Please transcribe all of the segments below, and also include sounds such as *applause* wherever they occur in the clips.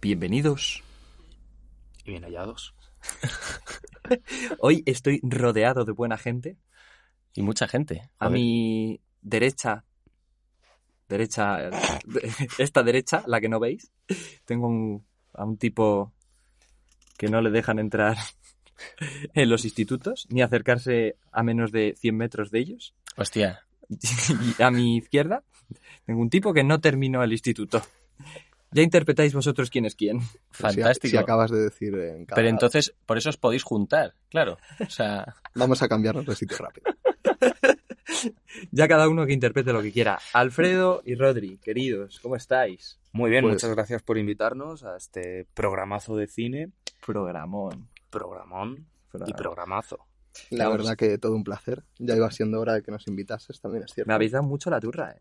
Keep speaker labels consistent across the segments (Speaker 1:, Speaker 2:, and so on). Speaker 1: Bienvenidos.
Speaker 2: Y bien hallados.
Speaker 1: Hoy estoy rodeado de buena gente.
Speaker 3: Y mucha gente.
Speaker 1: A,
Speaker 3: Joder.
Speaker 1: mi derecha, derecha, *laughs* esta derecha, la que no veis, tengo un- a un tipo que no le dejan entrar *laughs* en los institutos ni acercarse a menos de 100 metros de ellos. *laughs*
Speaker 3: Hostia.
Speaker 1: Y a mi izquierda tengo un tipo que no terminó el instituto. Ya interpretáis vosotros quién es quién.
Speaker 4: Pero si-
Speaker 3: Fantástico.
Speaker 4: Si, acabas de decir eh, en cada-
Speaker 3: Pero entonces, por eso os podéis juntar, claro. O sea,
Speaker 4: Vamos a cambiarnos de sitio rápido.
Speaker 1: Ya cada uno que interprete lo que quiera. Alfredo y Rodri, queridos, ¿cómo estáis?
Speaker 2: Muy bien,
Speaker 4: Pues-
Speaker 2: muchas gracias por invitarnos a este programazo de cine.
Speaker 1: Programón.
Speaker 2: Programón y
Speaker 1: Programón.
Speaker 2: programazo.
Speaker 4: La
Speaker 1: Vamos.
Speaker 4: verdad que todo un placer. Ya iba siendo hora de que nos invitases, también es cierto.
Speaker 1: Me habéis dado mucho la turra, ¿eh?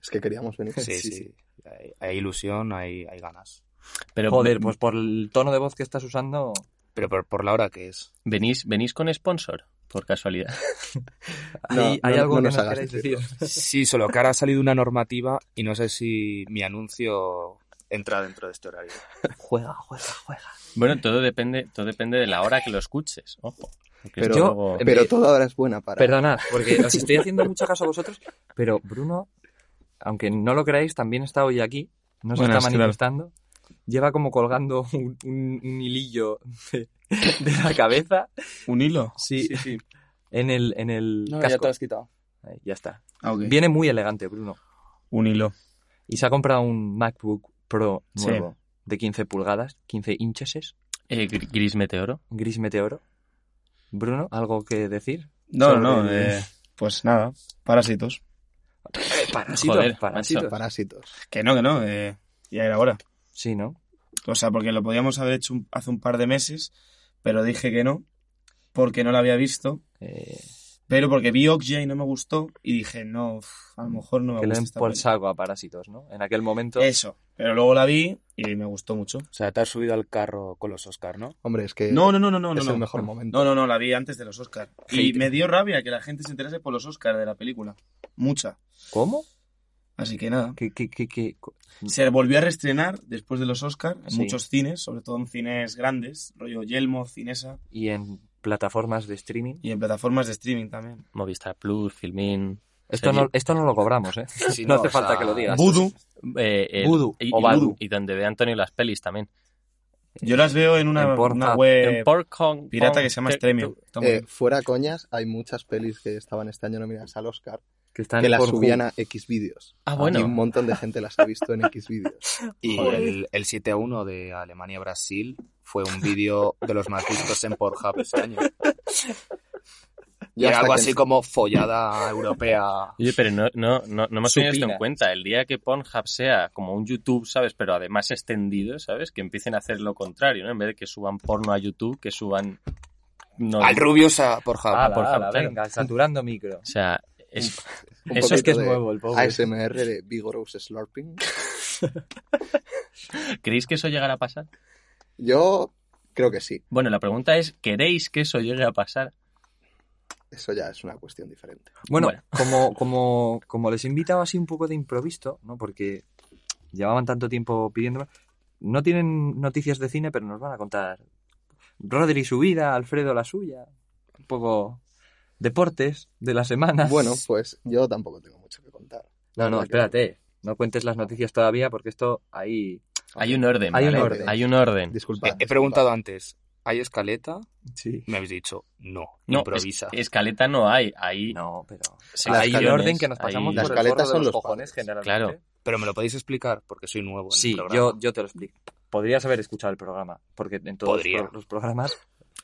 Speaker 4: Es que queríamos venir.
Speaker 2: Sí, sí. Hay, hay ilusión, hay, hay ganas.
Speaker 3: pero
Speaker 1: Joder, pues por el tono de voz que estás usando,
Speaker 2: Pero por, por la hora que es.
Speaker 3: venís, venís con sponsor, por casualidad.
Speaker 1: hay,
Speaker 4: No,
Speaker 1: hay
Speaker 4: no-
Speaker 1: algo
Speaker 4: no
Speaker 1: que
Speaker 4: nos
Speaker 1: nos
Speaker 4: hagas
Speaker 1: queráis decir.
Speaker 4: decirlo.
Speaker 2: Sí, solo que ahora ha salido una normativa y no sé si mi anuncio entra dentro de este horario.
Speaker 1: Juega, juega, juega.
Speaker 3: Bueno, todo depende, todo depende de la hora que lo escuches, ojo. Porque
Speaker 4: Pero-
Speaker 3: esto luego-
Speaker 1: en
Speaker 4: Pero
Speaker 1: vez-
Speaker 4: todo ahora es buena para...
Speaker 1: Perdonad, porque *laughs* os estoy haciendo mucho caso a vosotros, pero Bruno, aunque no lo creáis, también está hoy aquí, no se
Speaker 5: Buenas,
Speaker 1: está
Speaker 5: claro.
Speaker 1: manifestando, lleva como colgando un, un- un hilillo de, de la cabeza
Speaker 5: ¿Un hilo?
Speaker 1: sí, en el, en el
Speaker 2: ya
Speaker 1: casco.
Speaker 2: te has quitado.
Speaker 1: Ahí, ya está.
Speaker 5: Ah, ok.
Speaker 1: Viene muy elegante, Bruno.
Speaker 5: Un hilo.
Speaker 1: Y se ha comprado un MacBook Pro
Speaker 5: Sí.
Speaker 1: nuevo de 15 pulgadas, 15 inches,
Speaker 3: Eh, gr- gris meteoro.
Speaker 1: gris meteoro. Bruno, ¿algo que decir?
Speaker 5: No,
Speaker 1: Sobre
Speaker 5: no,
Speaker 1: el-
Speaker 5: eh, pues nada, parásitos.
Speaker 1: Parásito,
Speaker 3: Joder,
Speaker 1: parásito.
Speaker 3: macho.
Speaker 4: Parásitos.
Speaker 5: Que no, que no, eh, ya era hora.
Speaker 1: Sí, ¿no?
Speaker 5: O sea, porque lo podíamos haber hecho un- hace un par de meses, pero dije que no, porque no lo había visto,
Speaker 1: Eh,
Speaker 5: pero porque vi Okja y no me gustó, y dije, no, uf, a lo mejor no pues me
Speaker 1: que le
Speaker 5: gusta
Speaker 1: den
Speaker 5: esta
Speaker 1: por
Speaker 5: peli.
Speaker 1: saco a parásitos, ¿no? En aquel momento.
Speaker 5: Eso, pero luego la vi y me gustó mucho.
Speaker 2: O sea, te has subido al carro con los Oscar, ¿no?
Speaker 4: Hombre, es
Speaker 1: Eh,
Speaker 4: que
Speaker 5: No, no, no, no, no,
Speaker 4: es
Speaker 5: no.
Speaker 4: el mejor momento.
Speaker 5: No, no, no, la vi antes de los Oscars. Y
Speaker 1: Hate.
Speaker 5: me dio rabia que la gente se interese por los Oscars de la película. Mucha.
Speaker 1: ¿Cómo?
Speaker 5: Así que nada.
Speaker 1: ¿Qué, qué, qué, qué?
Speaker 5: Se volvió a reestrenar después de los Oscars en
Speaker 1: Sí.
Speaker 5: muchos cines, sobre todo en cines grandes, rollo Yelmo, Cinesa
Speaker 1: Y en plataformas de streaming.
Speaker 5: y en plataformas de streaming también.
Speaker 3: Movistar Plus, Filmin.
Speaker 1: Esto no, esto no lo cobramos, ¿eh? no, hace
Speaker 2: o sea,
Speaker 1: falta que lo digas.
Speaker 5: Voodoo,
Speaker 3: Eh, el-
Speaker 1: Voodoo
Speaker 3: y,
Speaker 1: o
Speaker 3: y-
Speaker 1: Badoo.
Speaker 3: y donde ve Antonio las pelis también.
Speaker 5: yo las veo en una,
Speaker 1: En Pornhub.
Speaker 5: una web
Speaker 3: En Pork Hong
Speaker 5: Eh, pirata
Speaker 3: Kong,
Speaker 5: que se llama
Speaker 3: que-
Speaker 5: Stremio. Está muy
Speaker 4: Eh,
Speaker 5: bien.
Speaker 4: fuera coñas, hay muchas pelis que estaban este año nominadas al Oscar
Speaker 1: Que están
Speaker 4: que las
Speaker 1: por
Speaker 4: subían a X vídeos.
Speaker 3: Ah,
Speaker 4: Y un
Speaker 3: bueno.
Speaker 4: montón de gente las ha visto en X vídeos.
Speaker 2: Y
Speaker 4: Joder.
Speaker 2: el, el 7 a 1 de Alemania-Brasil fue un vídeo de los más vistos en Pornhub este año. Y era algo así como follada europea.
Speaker 3: Oye, pero no, no, no, no hemos tenido esto
Speaker 1: Supina.
Speaker 3: en cuenta. El día que Pornhub sea como un YouTube, ¿sabes? Pero además extendido, ¿sabes? Que empiecen a hacer lo contrario, ¿no? En vez de que suban porno a YouTube, que suban... No,
Speaker 2: Al Rubius a Pornhub.
Speaker 3: Ah,
Speaker 1: Ala,
Speaker 3: por favor,
Speaker 1: ala,
Speaker 3: claro.
Speaker 1: venga, saturando micro.
Speaker 3: O sea, es...
Speaker 4: Un
Speaker 3: Eso es
Speaker 4: poquito
Speaker 3: que es
Speaker 4: de
Speaker 3: nuevo.
Speaker 1: el pobre.
Speaker 4: ASMR de Vigorous Slurping.
Speaker 3: ¿Creéis que eso llegará a pasar?
Speaker 4: Yo creo que sí.
Speaker 3: Bueno, la pregunta es, ¿queréis que eso llegue a pasar?
Speaker 4: Eso ya es una cuestión diferente.
Speaker 1: Bueno,
Speaker 3: Bueno.
Speaker 1: Como, como, como les he invitado así un poco de improviso, ¿no? Porque llevaban tanto tiempo pidiéndome. No tienen noticias de cine, pero nos van a contar Rodri su vida, Alfredo la suya, un poco deportes de la semana. *laughs*
Speaker 4: Bueno, pues yo tampoco tengo mucho que contar.
Speaker 1: no, no,
Speaker 4: Porque-
Speaker 1: espérate. No cuentes las noticias todavía porque esto ahí...
Speaker 3: Hay un orden,
Speaker 1: Hay un
Speaker 3: ¿vale?
Speaker 4: orden.
Speaker 3: Hay un orden.
Speaker 4: Disculpa.
Speaker 2: He, he preguntado antes, ¿hay escaleta?
Speaker 1: Sí.
Speaker 2: Me habéis dicho, no,
Speaker 3: No,
Speaker 2: improvisa.
Speaker 3: es- escaleta no hay. Hay,
Speaker 1: No, pero...
Speaker 3: se-
Speaker 4: Las
Speaker 3: hay
Speaker 1: el
Speaker 4: escalones,
Speaker 1: orden que nos
Speaker 3: hay-
Speaker 1: pasamos
Speaker 4: Las
Speaker 1: por el forro
Speaker 4: caletas
Speaker 1: de
Speaker 4: son
Speaker 1: los
Speaker 4: los
Speaker 1: cojones,
Speaker 4: padres.
Speaker 1: generalmente.
Speaker 3: Claro.
Speaker 2: Pero me lo podéis explicar porque soy nuevo en
Speaker 1: Sí,
Speaker 2: el programa.
Speaker 1: yo, yo te lo explico. Podrías haber escuchado el programa, porque en todos los
Speaker 2: Podría.
Speaker 1: pro- los programas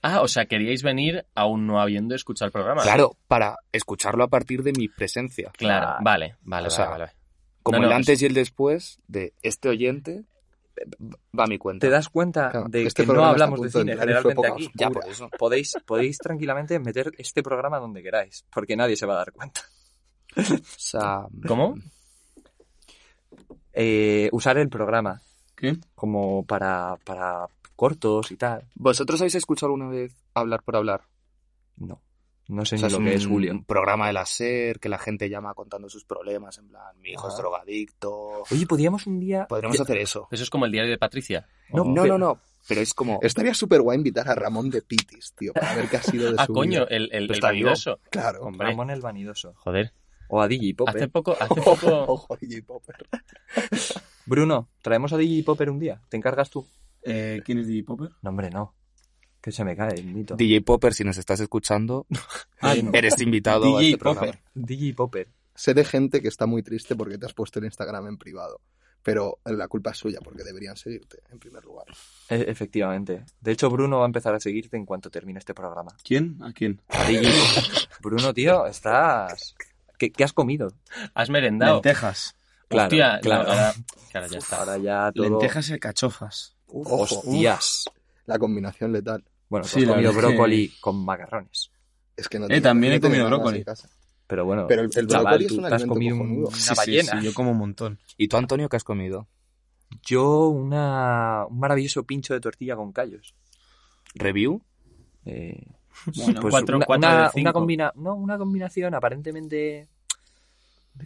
Speaker 3: Ah, o sea, queríais venir aún no habiendo escuchado el programa.
Speaker 2: Claro, para escucharlo a partir de mi presencia.
Speaker 1: Ah.
Speaker 3: Claro, vale, vale,
Speaker 2: O sea,
Speaker 3: vale, vale.
Speaker 2: Como
Speaker 3: No, no,
Speaker 2: el antes y el después de este oyente eh, va a mi cuenta.
Speaker 1: te das cuenta
Speaker 4: Claro,
Speaker 1: de
Speaker 4: este
Speaker 1: que no
Speaker 4: programa está a
Speaker 1: hablamos de
Speaker 4: punto de
Speaker 1: cine
Speaker 4: entrar y
Speaker 1: generalmente
Speaker 4: fue poco
Speaker 1: aquí. pues,
Speaker 2: Ya por eso.
Speaker 1: Podéis, podéis tranquilamente meter este programa donde queráis, porque nadie se va a dar cuenta.
Speaker 2: O sea,
Speaker 3: ¿Cómo?
Speaker 1: Eh, usar el programa
Speaker 5: ¿Qué?
Speaker 1: como para, para cortos y tal.
Speaker 2: ¿Vosotros habéis escuchado alguna vez hablar por hablar?
Speaker 1: No. No sé
Speaker 2: O sea,
Speaker 1: ni lo que es Julio.
Speaker 2: un programa de la SER que la gente llama contando sus problemas, en plan, mi hijo es
Speaker 1: Ajá.
Speaker 2: drogadicto.
Speaker 1: Oye, podríamos un día.
Speaker 2: Podríamos hacer eso.
Speaker 3: Eso es como el diario de Patricia.
Speaker 1: No,
Speaker 2: No,
Speaker 1: pero-
Speaker 2: no, no, pero es como...
Speaker 4: Estaría súper guay invitar a Ramón de Pitis, tío, para ver qué ha sido de
Speaker 3: *laughs* Ah,
Speaker 4: su
Speaker 3: coño,
Speaker 4: vida.
Speaker 3: el, el,
Speaker 2: Pero
Speaker 3: el
Speaker 2: está vivo.
Speaker 3: vanidoso.
Speaker 4: Claro.
Speaker 3: Hombre,
Speaker 1: Ramón el Vanidoso.
Speaker 3: joder.
Speaker 1: O a Digi Popper.
Speaker 3: Hace poco, hace poco,
Speaker 4: Ojo, Iggy Popper.
Speaker 1: Bruno, traemos a Digi Popper un día. ¿Te encargas tú?
Speaker 5: Eh, ¿Quién es DJ Popper?
Speaker 1: No, hombre, no. Que se me cae el mito.
Speaker 2: DJ Popper, si nos estás *laughs* escuchando,
Speaker 5: Ah, Eh,
Speaker 2: eres invitado a
Speaker 5: DJ
Speaker 2: este programa.
Speaker 5: Popper.
Speaker 1: Digi Popper.
Speaker 4: Sé de gente que está muy triste porque te has puesto en Instagram en privado. Pero la culpa es suya porque deberían seguirte, en primer lugar.
Speaker 1: E- efectivamente. De hecho, Bruno va a empezar a seguirte en cuanto termine este programa.
Speaker 5: ¿Quién? ¿A quién?
Speaker 1: Bruno, tío, estás. ¿Qué, qué has comido?
Speaker 3: has merendado.
Speaker 5: Lentejas.
Speaker 1: Claro,
Speaker 3: Hostia,
Speaker 1: claro.
Speaker 3: no, ahora, claro, Pues ya está.
Speaker 1: Ahora ya todo.
Speaker 5: Lentejas y cachofas.
Speaker 4: Ojo,
Speaker 1: Hostias.
Speaker 4: la combinación letal.
Speaker 1: Bueno, tú
Speaker 5: Sí,
Speaker 1: has
Speaker 5: la
Speaker 1: comido
Speaker 5: verdad es que-
Speaker 1: brócoli con macarrones.
Speaker 4: Es que no
Speaker 5: Eh,
Speaker 4: tiene-
Speaker 5: también
Speaker 4: no
Speaker 5: he comido
Speaker 4: tiene nada más
Speaker 5: brócoli.
Speaker 4: en casa.
Speaker 1: Pero bueno,
Speaker 4: Pero el, el
Speaker 1: chaval,
Speaker 4: brócoli es
Speaker 1: tú
Speaker 4: un
Speaker 1: te has
Speaker 4: alimento
Speaker 1: comido un-
Speaker 4: cojonudo.
Speaker 1: Una ballena.
Speaker 5: yo como un montón.
Speaker 2: ¿Y tú, Antonio, qué has comido?
Speaker 1: yo una, un maravilloso pincho de tortilla con callos.
Speaker 2: ¿Review?
Speaker 1: Eh,
Speaker 5: Bueno,
Speaker 1: pues
Speaker 3: cuatro-
Speaker 1: una,
Speaker 3: cuatro de
Speaker 1: una-
Speaker 3: cinco.
Speaker 1: una combina- no, una combinación aparentemente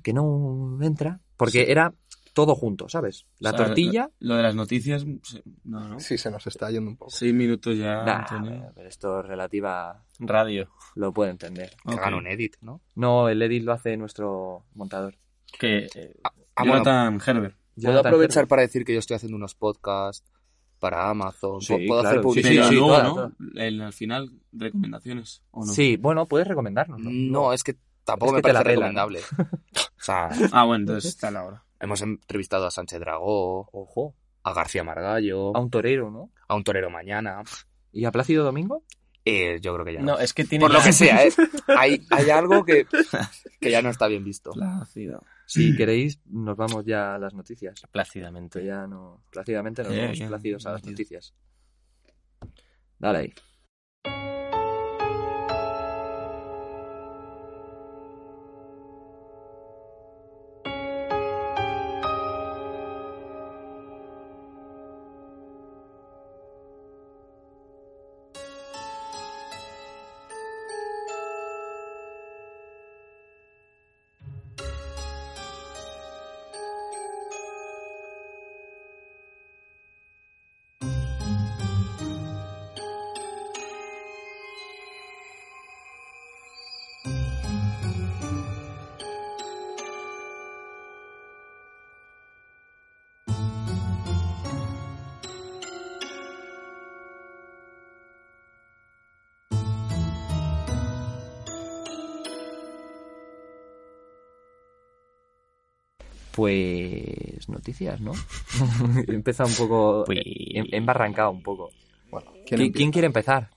Speaker 1: que no entra, porque era todo junto, ¿sabes? La
Speaker 5: O sea,
Speaker 1: tortilla...
Speaker 5: Lo de las noticias. sí, No, no.
Speaker 4: Sí, se nos está yendo un poco.
Speaker 5: Seis minutos ya,
Speaker 1: Nah,
Speaker 5: Antonio.
Speaker 1: pero esto relativa
Speaker 3: Radio.
Speaker 1: lo puede entender.
Speaker 2: Que
Speaker 5: Ok.
Speaker 2: hagan un edit, ¿no?
Speaker 1: No, el edit lo hace nuestro montador.
Speaker 3: Que, eh,
Speaker 2: Ah, bueno,
Speaker 5: Jonathan Herbert.
Speaker 2: puedo
Speaker 1: Jonathan
Speaker 2: aprovechar
Speaker 1: Herbert.
Speaker 2: para decir que yo estoy haciendo unos podcasts para Amazon.
Speaker 1: Sí,
Speaker 2: ¿Puedo hacer
Speaker 1: claro, sí,
Speaker 5: Pero
Speaker 2: publicidad?
Speaker 1: sí,
Speaker 5: luego,
Speaker 1: toda,
Speaker 5: ¿no?
Speaker 1: toda.
Speaker 5: El- al final, recomendaciones. ¿o no?
Speaker 1: Sí, bueno, puedes recomendarnos.
Speaker 2: No, es que
Speaker 1: Es
Speaker 2: tampoco me
Speaker 1: que te la
Speaker 2: parece
Speaker 1: pelan.
Speaker 2: recomendable. *laughs* O sea,
Speaker 5: Ah, bueno, entonces está la hora.
Speaker 2: hemos entrevistado a Sánchez Dragó,
Speaker 1: Ojo,
Speaker 2: a García Margallo,
Speaker 1: a un torero, ¿no?
Speaker 2: a un torero mañana.
Speaker 1: ¿Y a Plácido Domingo?
Speaker 2: Eh, yo creo que ya no.
Speaker 3: no, es que tiene
Speaker 2: Por lo
Speaker 3: la-
Speaker 2: que sea, ¿eh? hay, hay algo que, que ya no está bien visto.
Speaker 5: Plácido.
Speaker 1: Si queréis, nos vamos ya a las noticias. Que
Speaker 3: plácidamente.
Speaker 1: ya no. Plácidamente nos
Speaker 5: Eh,
Speaker 1: vamos
Speaker 5: bien,
Speaker 1: plácidos a las
Speaker 5: bien.
Speaker 1: noticias. Dale ahí. Pues. Noticias, ¿no? *laughs* Empieza un poco. em,
Speaker 3: Pues-
Speaker 1: He embarrancado un poco.
Speaker 4: Bueno, ¿quién
Speaker 1: ¿Quién,
Speaker 4: empieza?
Speaker 1: quién quiere empezar?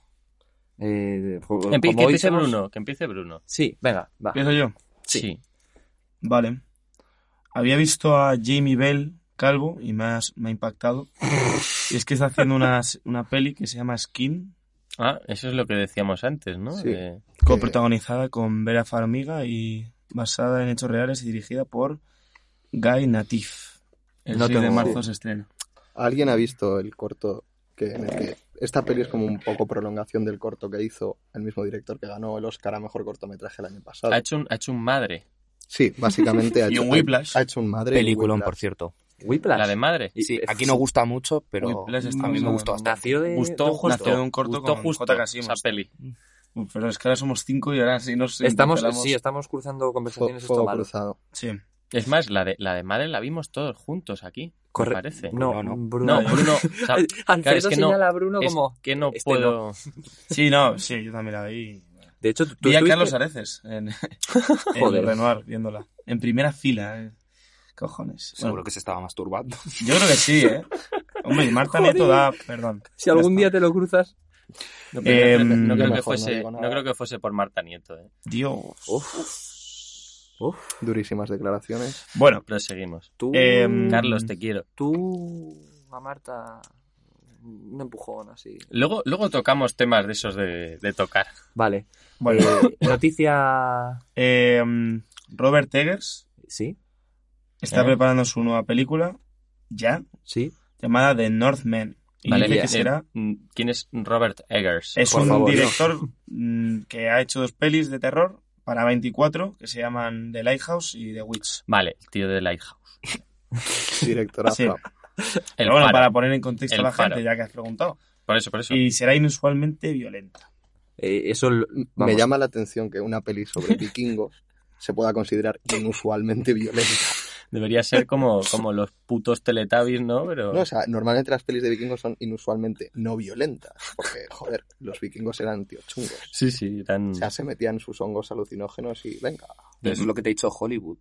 Speaker 1: Eh, jo-
Speaker 3: Empie- que
Speaker 1: como hoy
Speaker 3: empiece
Speaker 1: somos-
Speaker 3: Bruno, que empiece Bruno.
Speaker 1: Sí, venga, va.
Speaker 5: Empiezo yo.
Speaker 3: Sí.
Speaker 5: Vale. Había visto a Jamie Bell calvo y me ha, me ha impactado. Y es que está haciendo una, una peli que se llama Skin,
Speaker 3: Ah, eso es lo que decíamos antes, ¿no?
Speaker 4: Sí.
Speaker 3: Eh,
Speaker 5: coprotagonizada con Vera Farmiga y basada en hechos reales y dirigida por Guy Natif. El
Speaker 1: No
Speaker 5: 6 de
Speaker 1: tengo-
Speaker 5: marzo se estrena.
Speaker 4: ¿Alguien ha visto el corto que, en el que esta peli es como un poco prolongación del corto que hizo el mismo director que ganó el Oscar a mejor cortometraje el año pasado?
Speaker 3: ha, hecho un, ha hecho un madre.
Speaker 4: Sí,
Speaker 3: *laughs*
Speaker 4: básicamente ha
Speaker 5: Y
Speaker 4: hecho
Speaker 5: un Whiplash.
Speaker 4: Ha, hecho un madre.
Speaker 2: Peliculón,
Speaker 4: Whiplash.
Speaker 2: por cierto.
Speaker 1: Whiplash.
Speaker 3: La de madre.
Speaker 1: Y-
Speaker 2: Sí,
Speaker 1: eh,
Speaker 2: aquí no gusta mucho, pero
Speaker 5: Whiplash está
Speaker 2: a mí me
Speaker 5: muy
Speaker 2: gustó
Speaker 5: bueno.
Speaker 2: bastante.
Speaker 1: Nació de.
Speaker 5: Gustó
Speaker 1: de un
Speaker 5: justo. Nació de un corto
Speaker 3: Justo,
Speaker 5: con
Speaker 3: justo.
Speaker 5: J. Casimos.
Speaker 3: Esa peli.
Speaker 5: Uf, Pero es que ahora somos cinco y ahora sí nos
Speaker 1: Estamos,
Speaker 5: interpelamos.
Speaker 1: sí, estamos cruzando
Speaker 4: Fue-
Speaker 1: conversaciones
Speaker 4: Fuego
Speaker 1: estomacales.
Speaker 4: cruzado.
Speaker 5: Sí.
Speaker 3: Es más, la de, la de madre la vimos todos juntos aquí,
Speaker 1: Corre-
Speaker 3: me parece.
Speaker 1: No,
Speaker 2: No, no.
Speaker 1: Bruno.
Speaker 3: No, Bruno, o
Speaker 1: *laughs*
Speaker 3: sea, claro, es que no,
Speaker 1: señala a Bruno
Speaker 3: es
Speaker 1: como...
Speaker 3: que no
Speaker 1: este
Speaker 3: puedo...
Speaker 5: Sí, no, sí, yo también la vi.
Speaker 1: De hecho, tú, tú
Speaker 5: Vi a
Speaker 1: estuviste-
Speaker 5: Carlos Areces
Speaker 1: *laughs*
Speaker 5: en, en
Speaker 1: Joder.
Speaker 5: Renoir viéndola. En primera fila, eh. Cojones. Bueno,
Speaker 2: Seguro que se estaba masturbando.
Speaker 5: Yo creo que sí, ¿eh? Hombre, Marta Nieto da. Perdón.
Speaker 1: Si algún
Speaker 5: Ya
Speaker 1: día te lo cruzas...
Speaker 3: No, pero no creo-
Speaker 5: Em,
Speaker 3: no creo, que
Speaker 4: mejor no
Speaker 3: fuese,
Speaker 4: digo
Speaker 3: no,
Speaker 4: nada.
Speaker 3: creo que fuese por Marta Nieto, eh.
Speaker 5: Dios.
Speaker 1: Uf,
Speaker 3: *laughs*
Speaker 4: Durísimas declaraciones.
Speaker 5: Bueno,
Speaker 3: Proseguimos.
Speaker 1: tú...
Speaker 5: Em,
Speaker 3: Carlos,
Speaker 5: Mm.
Speaker 3: te quiero.
Speaker 1: Tú a Marta... Un empujón así.
Speaker 3: Luego, luego tocamos temas de esos de, de tocar.
Speaker 1: Vale.
Speaker 5: bueno.
Speaker 1: Eh, noticia...
Speaker 5: eh, Robert Eggers
Speaker 1: ¿Sí?
Speaker 5: está
Speaker 3: ¿Eh?
Speaker 5: preparando su nueva película, ya,
Speaker 1: ¿Sí?
Speaker 5: llamada The Northman. Y
Speaker 3: Vale,
Speaker 5: dice
Speaker 1: ya.
Speaker 5: que será.
Speaker 3: Mm, ¿Quién es Robert Eggers?
Speaker 5: Es
Speaker 1: Por
Speaker 5: un
Speaker 1: favor, no.
Speaker 5: director mm, que ha hecho dos pelis de terror para 24 que se llaman The Lighthouse y The Witch.
Speaker 3: Vale, el tío de Lighthouse.
Speaker 4: Directorazo.
Speaker 5: Sí.
Speaker 3: El
Speaker 5: Pero bueno,
Speaker 3: para.
Speaker 5: para poner en contexto a
Speaker 3: El
Speaker 5: la gente,
Speaker 3: faro.
Speaker 5: ya que has preguntado.
Speaker 3: Por eso, por eso.
Speaker 5: Y será inusualmente violenta.
Speaker 1: Eh, eso l-
Speaker 4: Me
Speaker 1: vamos,
Speaker 4: llama la atención que una
Speaker 3: *laughs*
Speaker 4: peli sobre vikingos se pueda considerar inusualmente violenta.
Speaker 3: Debería ser
Speaker 5: *laughs*
Speaker 3: como, como los putos Teletubbies, ¿no? Pero...
Speaker 4: No, o sea, normalmente las pelis de vikingos son inusualmente no violentas, porque, joder, los vikingos eran tíos chungos.
Speaker 3: Sí, sí,
Speaker 1: Mm.
Speaker 3: eran...
Speaker 4: O sea, se metían sus hongos alucinógenos y venga.
Speaker 2: Pero eso es lo que te ha dicho Hollywood.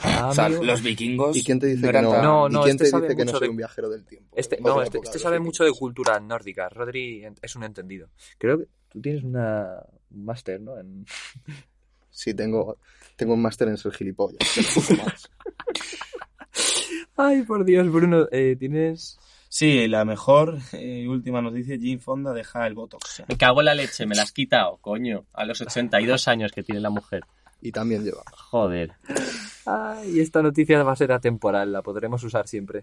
Speaker 1: ah,
Speaker 2: o sea,
Speaker 1: amigo.
Speaker 2: los vikingos.
Speaker 4: ¿Y quién te dice
Speaker 2: Pues, no
Speaker 4: que
Speaker 2: eran
Speaker 4: no?
Speaker 1: No,
Speaker 2: tan-
Speaker 4: ¿Y
Speaker 1: no,
Speaker 4: quién
Speaker 1: este
Speaker 4: te
Speaker 1: sabe
Speaker 4: dice que no
Speaker 1: mucho
Speaker 4: soy
Speaker 1: de-
Speaker 4: un viajero del tiempo? Pues
Speaker 1: Este,
Speaker 4: O de
Speaker 1: no,
Speaker 4: la
Speaker 1: este,
Speaker 4: época
Speaker 1: este
Speaker 4: los
Speaker 1: sabe
Speaker 4: vikingos.
Speaker 1: mucho de cultura nórdica. Rodri en- es un entendido. Creo que tú tienes una un máster, ¿no? En-
Speaker 4: Sí, tengo, tengo un máster en ser gilipollas. pero poco más.
Speaker 1: Ay, por Dios, Bruno, eh, tienes...
Speaker 5: Sí, la mejor *laughs* eh, y última nos dice Jim Fonda deja el Botox.
Speaker 3: Me cago en la leche, me la has quitado, coño. A los 82 años que tiene la mujer.
Speaker 4: y también lleva.
Speaker 3: Joder.
Speaker 1: Ay, esta noticia va a ser atemporal, la podremos usar siempre.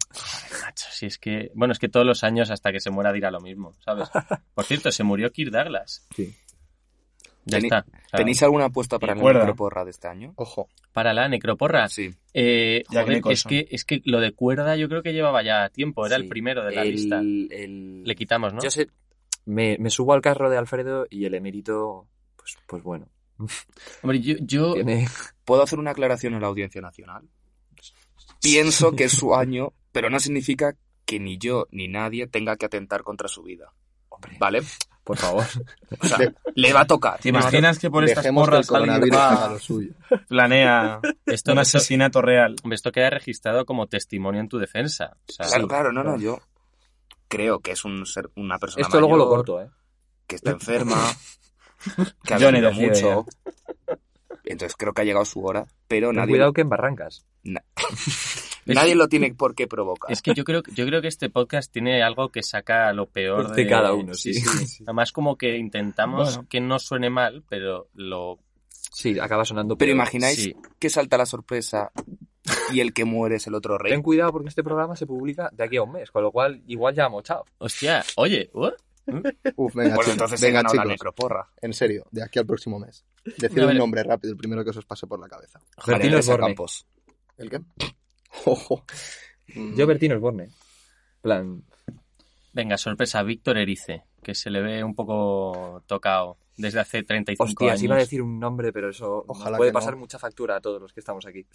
Speaker 3: Macho, si es que... Bueno, es que todos los años hasta que se muera dirá lo mismo, ¿sabes?
Speaker 5: *laughs*
Speaker 3: Por cierto, se murió Kirk Douglas.
Speaker 1: Sí.
Speaker 3: Ya
Speaker 2: Teni-
Speaker 3: está. O sea,
Speaker 2: ¿Tenéis alguna apuesta para la
Speaker 5: Recuerda.
Speaker 2: necroporra de este año?
Speaker 1: *laughs*
Speaker 4: Ojo,
Speaker 3: Para la necroporra.
Speaker 2: Sí.
Speaker 3: Eh,
Speaker 5: Jack
Speaker 3: joder, es
Speaker 5: Nicholson.
Speaker 3: que, es que lo de cuerda yo creo que llevaba ya tiempo. Era el
Speaker 1: Sí,
Speaker 3: primero de la
Speaker 1: el-
Speaker 3: lista.
Speaker 1: el-
Speaker 3: Le quitamos, ¿no?
Speaker 1: Yo sé, me, me subo al carro de Alfredo y el emérito, pues, pues bueno,
Speaker 3: Hombre, yo... yo-
Speaker 1: tiene...
Speaker 2: ¿Puedo hacer una aclaración en la Audiencia Nacional? Pienso que es su año, pero no significa que ni yo ni nadie tenga que atentar contra su vida.
Speaker 1: Hombre,
Speaker 2: ¿Vale?
Speaker 1: por favor.
Speaker 2: O sea, le va a tocar.
Speaker 5: ¿Te imaginas que por estas
Speaker 4: dejemos que el
Speaker 5: porras alguien
Speaker 4: coronavirus *laughs* haga lo
Speaker 5: va,
Speaker 4: suyo.
Speaker 5: planea
Speaker 3: Esto,
Speaker 5: un
Speaker 3: esto-
Speaker 5: asesinato real?
Speaker 3: hombre, esto queda registrado como testimonio en tu defensa. O sea,
Speaker 2: Claro, claro, no, no, yo creo que es un ser, una persona
Speaker 1: Esto luego lo
Speaker 2: mayor,
Speaker 1: corto, ¿eh?
Speaker 2: que
Speaker 1: *laughs*
Speaker 2: está enferma, que ha
Speaker 5: Johnny
Speaker 2: vivido
Speaker 5: decide
Speaker 2: mucho. Entonces creo que ha llegado su hora, pero
Speaker 1: Ten
Speaker 2: nadie,
Speaker 1: cuidado que en Barrancas.
Speaker 2: nadie lo tiene por qué provocar.
Speaker 3: Es que yo creo, yo creo que este podcast tiene algo que saca lo peor de,
Speaker 1: De cada uno, sí.
Speaker 3: Además, como que intentamos
Speaker 5: Bueno.
Speaker 3: que no suene mal, pero lo.
Speaker 1: *laughs* Sí, acaba sonando
Speaker 2: Pero
Speaker 1: peor.
Speaker 2: imagináis
Speaker 3: sí.
Speaker 2: que salta la sorpresa y el que muere es el otro rey.
Speaker 1: Ten cuidado porque este programa se publica de aquí a un mes, con lo cual igual ya hemos chao.
Speaker 3: Hostia, oye, uh, ¿what?
Speaker 4: Uf, venga,
Speaker 2: Bueno,
Speaker 4: chicos,
Speaker 2: entonces se ha
Speaker 4: venga,
Speaker 2: ganado la
Speaker 4: chicos,
Speaker 2: necroporra.
Speaker 4: en serio, de aquí al próximo mes. Decid
Speaker 3: A ver.
Speaker 4: un nombre rápido, el primero que se os pase por la cabeza.
Speaker 1: Bertín
Speaker 2: María Teresa
Speaker 1: Osborne.
Speaker 2: Campos.
Speaker 4: ¿El qué? *laughs* Ojo. Mm,
Speaker 1: Yo Bertino Osborne. Plan,
Speaker 3: Venga, sorpresa, Víctor Erice, que se le ve un poco tocado desde hace 35
Speaker 1: hostias,
Speaker 3: años.
Speaker 1: iba a decir un nombre, pero eso nos
Speaker 4: Ojalá
Speaker 1: puede
Speaker 4: que no.
Speaker 1: pasar mucha factura a todos los que estamos aquí.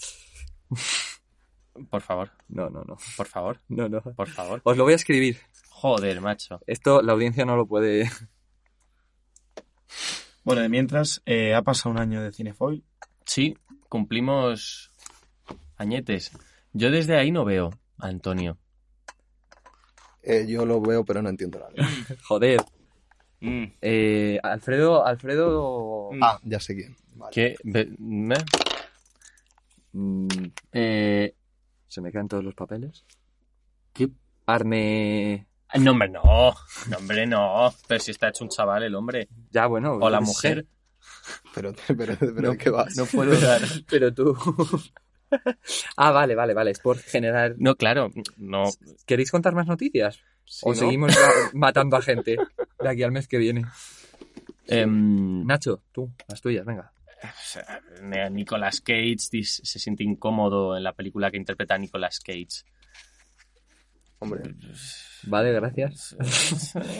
Speaker 3: Por favor,
Speaker 1: No, no, *laughs* no.
Speaker 3: por favor,
Speaker 1: No, no.
Speaker 3: por favor.
Speaker 1: Os lo voy a escribir.
Speaker 3: Joder, macho.
Speaker 1: Esto la audiencia no lo puede. *laughs*
Speaker 5: Bueno, de mientras, eh, ha pasado un año de Cinefoil.
Speaker 3: Sí, cumplimos añetes. Yo desde ahí no veo, a Antonio.
Speaker 4: eh, yo lo veo, pero no entiendo la
Speaker 1: *laughs*
Speaker 4: letra.
Speaker 1: Joder.
Speaker 2: Mm.
Speaker 1: Eh, Alfredo, Alfredo.
Speaker 3: Mm.
Speaker 4: Ah, ya sé quién. Vale.
Speaker 3: ¿Qué? Ve- ¿me?
Speaker 1: Mm,
Speaker 3: Eh,
Speaker 1: se me caen todos los papeles.
Speaker 3: ¿Qué?
Speaker 1: Arne.
Speaker 3: No, hombre, no. No, hombre, no. Pero si está hecho un chaval el hombre.
Speaker 1: Ya, bueno.
Speaker 3: O la
Speaker 1: yo qué
Speaker 3: mujer.
Speaker 1: sé.
Speaker 4: Pero, *laughs* pero, pero ¿de qué vas?
Speaker 3: No *laughs* puedo dar.
Speaker 1: Pero tú. *laughs* ah, vale, vale, vale. Es por generar.
Speaker 3: No, claro. No.
Speaker 1: ¿Queréis contar más noticias?
Speaker 4: Si
Speaker 1: ¿O
Speaker 4: no,
Speaker 1: seguimos ya matando a gente de aquí al mes que viene?
Speaker 3: Em,
Speaker 1: Nacho, tú, las tuyas, venga.
Speaker 3: Nicolas Cage dis- se siente incómodo en la película que interpreta a Nicolas *laughs* Cage.
Speaker 4: Hombre,
Speaker 1: Vale, gracias.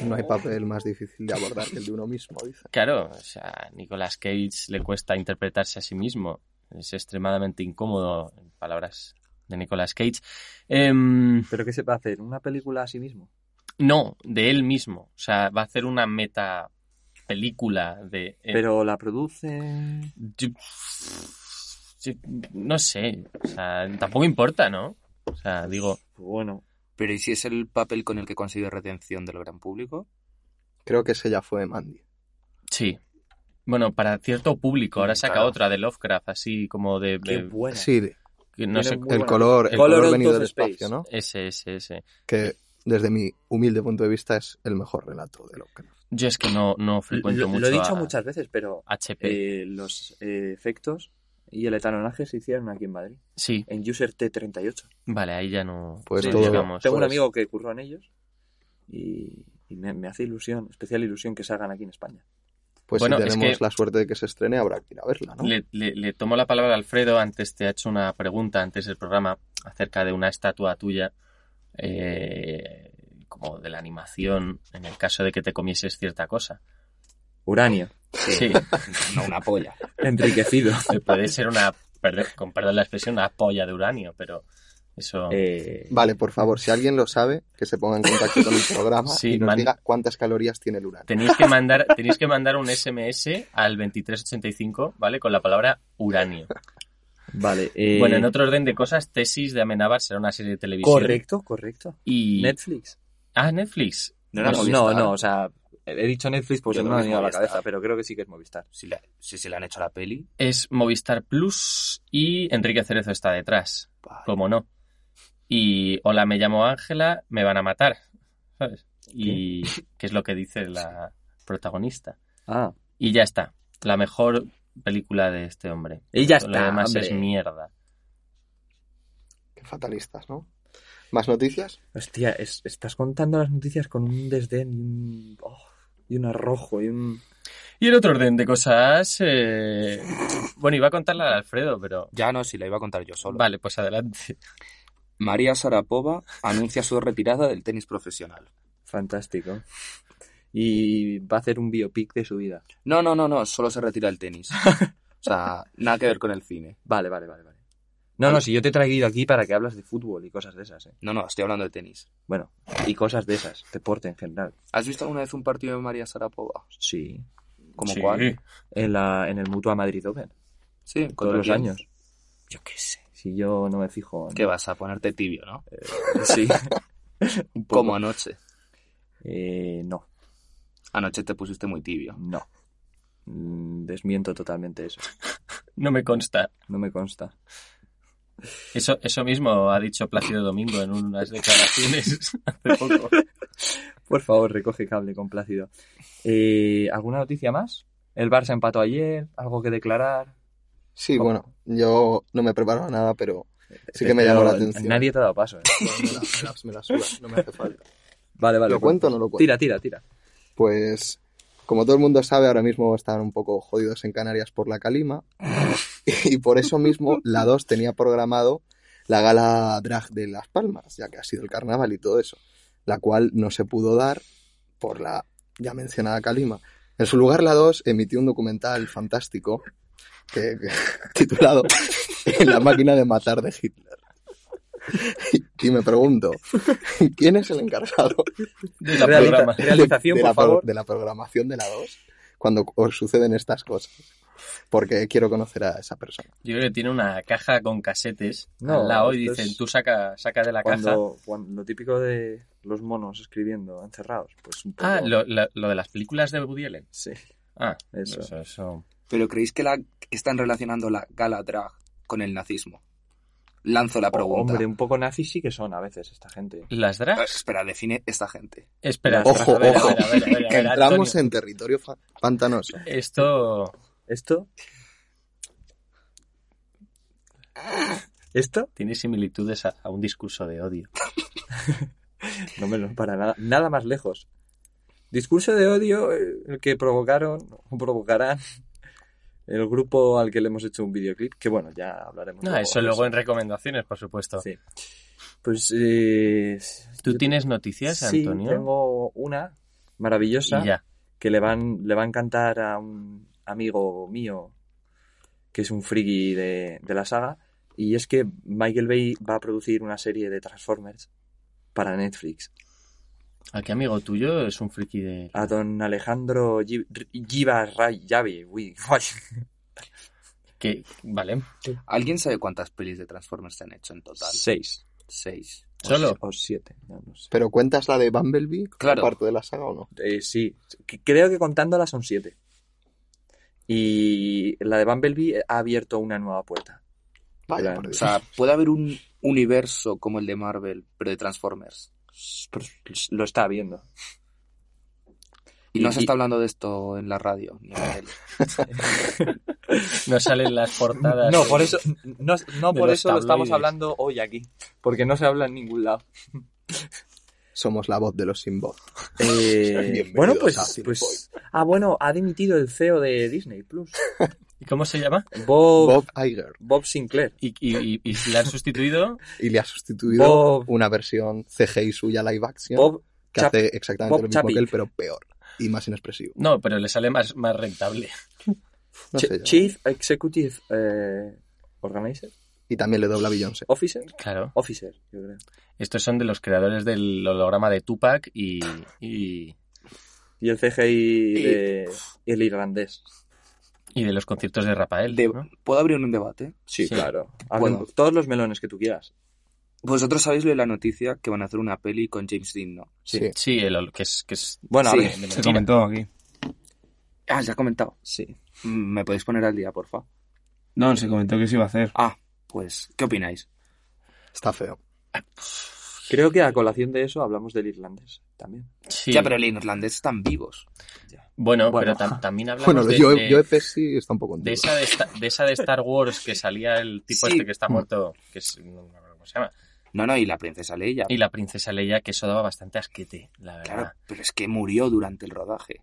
Speaker 4: no hay papel más difícil de abordar que el de uno mismo, dice.
Speaker 3: Claro, o sea, a Nicolas Cage le cuesta interpretarse a sí mismo. Es extremadamente incómodo, en palabras de Nicolas Cage. Em,
Speaker 1: ¿Pero qué se va a hacer? ¿Una película a sí mismo?
Speaker 3: no, de él mismo. O sea, va a hacer una meta película de... eh,
Speaker 1: Pero la produce...
Speaker 3: Yo- yo no sé, o sea, tampoco importa, ¿no? O sea, digo,
Speaker 1: pues Bueno.
Speaker 2: Pero ¿y si es el papel con el que consigue retención del gran público?
Speaker 4: Creo que ese ya fue Mandy.
Speaker 3: sí. Bueno, para cierto público, ahora saca
Speaker 2: Claro.
Speaker 3: otra de Lovecraft, así como de...
Speaker 1: Qué
Speaker 3: de-
Speaker 1: buena.
Speaker 4: Sí, el
Speaker 3: que no
Speaker 1: Tiene
Speaker 3: sé,
Speaker 1: muy
Speaker 4: color,
Speaker 1: buena.
Speaker 4: el color,
Speaker 3: Color
Speaker 1: out
Speaker 4: venido
Speaker 1: of
Speaker 4: del
Speaker 1: space.
Speaker 4: espacio, ¿no?
Speaker 3: ese, ese, ese.
Speaker 4: Que desde mi humilde punto de vista es el mejor relato de lo que...
Speaker 3: Yo es que no, no frecuento
Speaker 1: Lo,
Speaker 3: mucho
Speaker 1: lo he dicho
Speaker 3: a
Speaker 1: muchas veces, pero
Speaker 3: HP.
Speaker 1: eh, los eh, efectos y el etanonaje se hicieron aquí en Madrid,
Speaker 3: sí,
Speaker 1: en User T38.
Speaker 3: vale, ahí ya no...
Speaker 4: Pues
Speaker 3: no
Speaker 4: todo-
Speaker 3: llegamos.
Speaker 1: Tengo un
Speaker 4: Pues-
Speaker 1: amigo que curró en ellos y, y me, me hace ilusión, especial ilusión que se hagan aquí en España.
Speaker 4: Pues
Speaker 3: Bueno,
Speaker 4: si
Speaker 3: es
Speaker 4: tenemos
Speaker 3: que-
Speaker 4: la suerte de que se estrene, habrá que ir a verla, ¿no?
Speaker 3: Le, le- le tomo la palabra a Alfredo. Antes te ha hecho una pregunta, antes del programa, acerca de una estatua tuya, eh, como de la animación, en el caso de que te comieses cierta cosa.
Speaker 1: *laughs* Uranio,
Speaker 3: Sí,
Speaker 2: No, una polla.
Speaker 1: *laughs* enriquecido.
Speaker 3: que puede ser una, perdón- con perdón la expresión, una polla de uranio, pero eso.
Speaker 1: Eh,
Speaker 4: Vale, por favor, si alguien lo sabe, que se ponga en contacto
Speaker 3: *laughs*
Speaker 4: con el programa
Speaker 3: Sí,
Speaker 4: y nos
Speaker 3: man-
Speaker 4: diga cuántas calorías tiene el uranio.
Speaker 3: Tenéis que mandar, tenéis que mandar un SMS al 2385, ¿vale? Con la palabra uranio.
Speaker 1: vale. eh,
Speaker 3: Bueno, en otro orden de cosas, Tesis de Amenábar será una serie de televisión.
Speaker 1: Correcto, correcto.
Speaker 3: Y...
Speaker 1: Netflix.
Speaker 3: Ah, Netflix.
Speaker 1: no,
Speaker 2: No era
Speaker 1: no,
Speaker 2: Movistar.
Speaker 1: no, o sea, he dicho Netflix porque
Speaker 2: Yo
Speaker 1: no
Speaker 2: creo
Speaker 1: me ha
Speaker 2: que es
Speaker 1: venido a la
Speaker 2: Movistar.
Speaker 1: cabeza, pero creo que sí que es Movistar.
Speaker 2: Si le, si se le han hecho la peli.
Speaker 3: Es Movistar Plus y Enrique Cerezo está detrás, como no. Y hola, me llamo Ángela, me van a matar, ¿sabes? Y qué es lo *laughs* que dice la protagonista.
Speaker 1: Ah,
Speaker 3: Y ya está, la mejor película de este hombre.
Speaker 1: y ya
Speaker 3: Lo
Speaker 1: está.
Speaker 3: demás
Speaker 1: hombre.
Speaker 3: es mierda.
Speaker 4: Qué fatalistas, ¿no? ¿Más noticias?
Speaker 1: Hostia, es- estás contando las noticias con un desdén y un, oh, y un arrojo y un...
Speaker 3: Y el otro orden de cosas... eh, Bueno, iba a contarla a Alfredo, pero...
Speaker 2: Ya no, si la iba a contar yo solo.
Speaker 3: Vale, pues adelante.
Speaker 2: María Sarapova anuncia su retirada del tenis profesional.
Speaker 1: Fantástico. Y va a hacer un biopic de su vida.
Speaker 2: No, no, no, no, solo se retira el tenis. O sea, nada que ver con el cine.
Speaker 1: Vale, vale, vale, vale. No, no, si yo te he traído aquí para que hablas de fútbol y cosas de esas, ¿eh?
Speaker 2: No, no, estoy hablando de tenis.
Speaker 1: Bueno, y cosas de esas, deporte en general.
Speaker 2: ¿Has visto alguna vez un partido de María Sarapova?
Speaker 1: Sí.
Speaker 2: ¿Como
Speaker 3: Sí.
Speaker 2: cuál?
Speaker 1: En, la, en el Mutua Madrid Open,
Speaker 2: Sí,
Speaker 1: todos
Speaker 2: ¿contra
Speaker 1: los
Speaker 2: quién?
Speaker 1: años.
Speaker 2: Yo qué sé.
Speaker 1: Si yo no me fijo... en-
Speaker 2: ¿Qué vas a ponerte tibio, no?
Speaker 1: Eh, Sí.
Speaker 2: *laughs*
Speaker 1: un poco.
Speaker 2: Como anoche.
Speaker 1: Eh, no,
Speaker 2: Anoche te pusiste muy tibio.
Speaker 1: no. Mm, Desmiento totalmente eso.
Speaker 3: No me consta.
Speaker 1: No me consta.
Speaker 3: Eso, eso mismo ha dicho Plácido Domingo en unas declaraciones *laughs* hace poco.
Speaker 1: Por favor, recoge cable, complacido. Eh, ¿Alguna noticia más? El Barça empató ayer, algo que declarar.
Speaker 4: Sí,
Speaker 1: Oh.
Speaker 4: bueno, yo no me he preparado nada, pero *laughs* sí que me
Speaker 1: Pero
Speaker 4: llamó la atención.
Speaker 1: Nadie te ha dado paso. ¿eh?
Speaker 4: Me la, me la- me la suda, no me hace falta.
Speaker 1: Vale, vale. pues
Speaker 4: ¿Lo cuento o no lo cuento?
Speaker 1: Tira, tira, tira.
Speaker 4: Pues, como todo el mundo sabe, ahora mismo están un poco jodidos en Canarias por la calima. Y por eso mismo, la 2 tenía programado la gala drag de Las Palmas, ya que ha sido el carnaval y todo eso, la cual no se pudo dar por la ya mencionada calima. En su lugar, la 2 emitió un documental fantástico que- *laughs* titulado La máquina de matar de Hitler. *laughs* Y, y me pregunto, ¿quién es el encargado
Speaker 3: De la
Speaker 1: Realiza-
Speaker 3: programa.
Speaker 1: *laughs* realización,
Speaker 4: de
Speaker 1: por
Speaker 4: la pro-
Speaker 1: favor.
Speaker 4: de la programación de la 2 cuando os suceden estas cosas. Porque quiero conocer a esa persona.
Speaker 3: Yo creo que tiene una caja con casetes
Speaker 1: No,
Speaker 3: al lado y
Speaker 1: esto es-
Speaker 3: dicen, tú saca, saca de la caja.
Speaker 1: Cuando, cuando- lo típico de los monos escribiendo encerrados, pues un poco.
Speaker 3: Ah, lo, la- lo de las películas de Woody Allen.
Speaker 1: Sí.
Speaker 3: Ah,
Speaker 1: Eso.
Speaker 3: eso, eso.
Speaker 2: ¿Pero creéis que la están relacionando la gala drag con el nazismo? Lanzo la pregunta.
Speaker 1: Hombre, un poco nazis sí que son a veces esta gente.
Speaker 3: ¿Las
Speaker 2: Eh,
Speaker 3: drags?
Speaker 2: Espera, define esta gente.
Speaker 3: Espera,
Speaker 1: Ojo,
Speaker 3: espera, a ver,
Speaker 4: ojo,
Speaker 3: a ver, a ver, a ver, a
Speaker 4: Que
Speaker 3: ver,
Speaker 4: entramos
Speaker 3: Antonio.
Speaker 4: en territorio fa- pantanoso.
Speaker 3: Esto...
Speaker 1: ¿Esto? ¿Esto?
Speaker 3: Tiene similitudes a, a un discurso de odio.
Speaker 1: No menos para nada. Nada más lejos. Discurso de odio eh, el que provocaron o provocarán el grupo al que le hemos hecho un videoclip. Que bueno, ya hablaremos.
Speaker 3: No,
Speaker 1: luego
Speaker 3: eso
Speaker 1: de
Speaker 3: luego en recomendaciones, por supuesto.
Speaker 1: Sí. Pues. eh,
Speaker 3: ¿Tú
Speaker 1: yo-
Speaker 3: tienes noticias,
Speaker 1: sí,
Speaker 3: Antonio?
Speaker 1: tengo una maravillosa
Speaker 3: Y ya.
Speaker 1: que le van, le va a encantar a un amigo mío que es un friki de, de la saga. Y es que Michael Bay va a producir una serie de Transformers para Netflix.
Speaker 3: ¿A qué amigo tuyo es un friki de...
Speaker 1: A don Alejandro Giva Llave. Uy, guay.
Speaker 3: que- Vale.
Speaker 2: ¿Alguien sabe cuántas pelis de Transformers se han hecho en total?
Speaker 1: Seis.
Speaker 2: Seis.
Speaker 3: Solo.
Speaker 1: O siete. no, no sé.
Speaker 4: ¿Pero cuentas la de Bumblebee como
Speaker 2: Claro.
Speaker 4: parte de la saga o no?
Speaker 1: Eh, sí, C- creo que contándola son siete. Y la de Bumblebee ha abierto una nueva puerta.
Speaker 4: Vaya,
Speaker 1: Claro.
Speaker 4: por
Speaker 2: O
Speaker 4: Dios.
Speaker 2: sea, puede haber un universo como el de Marvel, pero de Transformers.
Speaker 1: Pero Pues, Lo está viendo.
Speaker 2: Y
Speaker 1: Y-
Speaker 2: no
Speaker 1: Ah.
Speaker 2: se
Speaker 1: y-
Speaker 2: está hablando de esto en la radio ni en la tele.
Speaker 3: No salen las portadas.
Speaker 1: No,
Speaker 3: de-
Speaker 1: por eso, no, no
Speaker 3: de
Speaker 1: por
Speaker 3: los
Speaker 1: eso lo estamos
Speaker 3: tabloides.
Speaker 1: hablando hoy aquí. Porque no se habla en ningún lado.
Speaker 4: Somos la voz de los sin voz.
Speaker 1: Eh, *laughs*
Speaker 4: Bienvenidos
Speaker 1: bueno,
Speaker 4: a
Speaker 1: pues,
Speaker 4: Cine
Speaker 1: pues. Ah, bueno, ha dimitido el CEO de Disney Plus.
Speaker 3: ¿Y cómo se llama?
Speaker 1: Bob, Bob.
Speaker 4: Bob Iger.
Speaker 1: Sinclair.
Speaker 3: Y, y, y, y la han sustituido.
Speaker 4: Y le ha sustituido
Speaker 1: Bob-
Speaker 4: una versión CGI suya live action
Speaker 1: Bob
Speaker 4: que
Speaker 1: Chap-
Speaker 4: hace exactamente
Speaker 1: Bob
Speaker 4: lo mismo
Speaker 1: Chapek.
Speaker 4: que él, pero peor y más inexpresivo.
Speaker 3: No, pero le sale más, más rentable.
Speaker 4: No
Speaker 1: Ch-
Speaker 4: sé yo.
Speaker 1: Chief Executive eh, Organizer.
Speaker 4: Y también le dobla a Beyoncé.
Speaker 1: Officer.
Speaker 3: Claro.
Speaker 1: Officer, yo creo.
Speaker 3: Estos son de los creadores del holograma de Tupac y. y...
Speaker 1: Y el CGI de el irlandés.
Speaker 3: y de los conciertos de Rafael.
Speaker 2: De-
Speaker 3: ¿no?
Speaker 2: ¿Puedo abrir un debate?
Speaker 1: Sí,
Speaker 3: Sí.
Speaker 1: claro.
Speaker 2: Bueno.
Speaker 1: Abren todos los melones que tú quieras.
Speaker 2: Vosotros sabéis lo de la noticia que van a hacer una peli con James Dean, ¿no?
Speaker 4: Sí.
Speaker 3: Sí, el hol- que es. Que es
Speaker 1: Bueno,
Speaker 2: Sí.
Speaker 1: a ver.
Speaker 3: de
Speaker 5: Se
Speaker 3: mentira.
Speaker 5: comentó aquí.
Speaker 2: Ah, ya ha comentado.
Speaker 1: Sí.
Speaker 2: Mm, ¿Me podéis poner al día, porfa?
Speaker 5: No, se comentó que se iba a hacer.
Speaker 2: Ah, pues, ¿qué opináis?
Speaker 4: Está feo.
Speaker 1: Creo que a colación de eso hablamos del irlandés también.
Speaker 3: Sí.
Speaker 2: Ya, pero los irlandeses están vivos.
Speaker 3: Bueno,
Speaker 1: Bueno.
Speaker 3: pero tam- también hablamos
Speaker 4: Bueno,
Speaker 3: de,
Speaker 4: yo,
Speaker 3: de-
Speaker 4: yo EP sí está un poco en
Speaker 3: de
Speaker 4: duda.
Speaker 3: esa de, Sta- de esa de Star Wars que salía el tipo
Speaker 2: Sí.
Speaker 3: este que está muerto, que es, no me acuerdo cómo se llama,
Speaker 2: No, no, y la princesa Leia.
Speaker 3: y la princesa Leia, que eso daba bastante asquete, la verdad.
Speaker 2: Claro, pero es que murió durante el rodaje.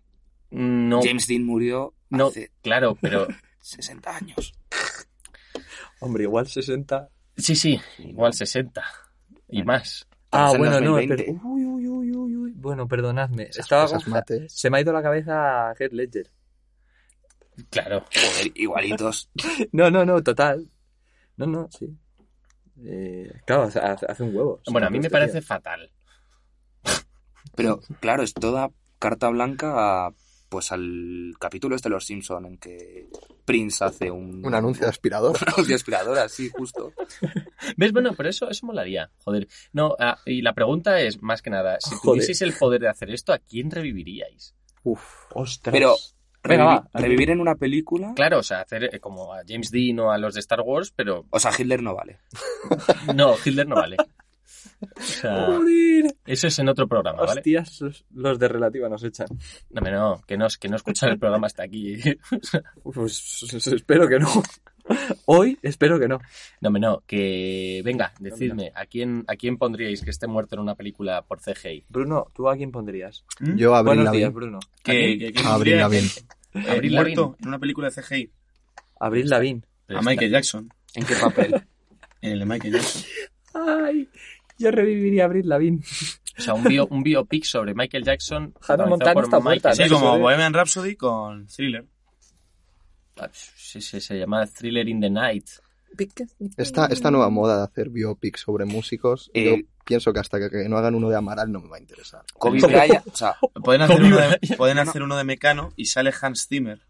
Speaker 3: No,
Speaker 2: James Dean murió
Speaker 3: no,
Speaker 2: hace
Speaker 3: claro, pero
Speaker 2: 60 años.
Speaker 1: Hombre, igual 60.
Speaker 3: sí, sí, igual 60 y
Speaker 2: Bueno.
Speaker 3: más.
Speaker 1: Ah,
Speaker 2: Estamos en
Speaker 1: bueno, no.
Speaker 2: 2020.
Speaker 1: per- Uy, uy, uy, uy, uy. Bueno, perdonadme.
Speaker 4: Esas
Speaker 1: Estaba
Speaker 4: cosas mates.
Speaker 1: Se me ha ido la cabeza Head Ledger.
Speaker 3: Claro,
Speaker 2: Joder, igualitos.
Speaker 1: *laughs* No, no, no, total. No, no, sí. Eh, claro, hace, hace- hace un huevo. O sea,
Speaker 3: bueno, a mí me
Speaker 1: este
Speaker 3: parece
Speaker 1: tío.
Speaker 3: fatal.
Speaker 2: Pero claro, es toda carta blanca a, pues al capítulo este de Los Simpson en que Prince hace un,
Speaker 4: *laughs* Un anuncio de aspirador.
Speaker 2: un anuncio de aspiradora, sí, justo.
Speaker 3: ¿Ves? Bueno, pero eso, eso molaría, joder. No, ah, y la pregunta es, más que nada, si
Speaker 1: Joder.
Speaker 3: tuvieseis el poder de hacer esto, ¿a quién reviviríais?
Speaker 1: Uf, ostras.
Speaker 2: Pero
Speaker 1: Venga,
Speaker 2: revivi-
Speaker 1: va.
Speaker 2: revivir en una película,
Speaker 3: Claro, o sea, hacer eh, como a James Dean o a los de Star Wars, pero
Speaker 2: o sea, Hitler no vale.
Speaker 3: no, Hitler no vale. O sea,
Speaker 1: ¡Joder!
Speaker 3: eso es en otro programa, ¿vale?
Speaker 1: Hostias, los, los de relativa nos echan.
Speaker 3: No, hombre, no, que no, que no escuchar el programa hasta aquí. *laughs*
Speaker 1: Pues s- espero que no. *laughs* Hoy espero que no.
Speaker 3: No, hombre, no, que venga, decidme, ¿a quién, ¿a quién pondríais que esté muerto en una película por CGI?
Speaker 1: Bruno, ¿tú a quién pondrías?
Speaker 4: Yo abrí
Speaker 1: Buenos
Speaker 4: la
Speaker 1: días, Bruno.
Speaker 3: Que, que- que-
Speaker 4: Abril Lavigne.
Speaker 3: eh,
Speaker 5: Abril
Speaker 3: Lavigne.
Speaker 5: muerto en una película de CGI.
Speaker 1: Abril Lavín.
Speaker 3: Pero
Speaker 5: a
Speaker 3: está-
Speaker 5: Michael Jackson.
Speaker 2: ¿En qué *laughs* papel?
Speaker 5: El de Michael Jackson.
Speaker 1: Ay, yo reviviría a Abril Lavín.
Speaker 3: O sea, un, bio- un biopic sobre Michael Jackson.
Speaker 1: *laughs* Hannah
Speaker 3: protagonizado
Speaker 1: Montana
Speaker 3: por
Speaker 1: está muerta,
Speaker 3: Michael
Speaker 5: Sí,
Speaker 1: ¿no?
Speaker 3: Jackson.
Speaker 5: como
Speaker 1: Eso de-
Speaker 5: Bohemian Rhapsody con Thriller.
Speaker 3: Ah, sí, sí, se llama Thriller in the Night.
Speaker 4: Esta, esta nueva moda de hacer biopics sobre músicos,
Speaker 2: Eh,
Speaker 4: yo pienso que hasta que, que no hagan uno de Amaral no me va a interesar.
Speaker 2: Kobe Bryant, o sea,
Speaker 5: Pueden hacer,
Speaker 3: Kobe
Speaker 5: uno de,
Speaker 3: Bryant.
Speaker 5: pueden hacer uno de Mecano y sale Hans Zimmer.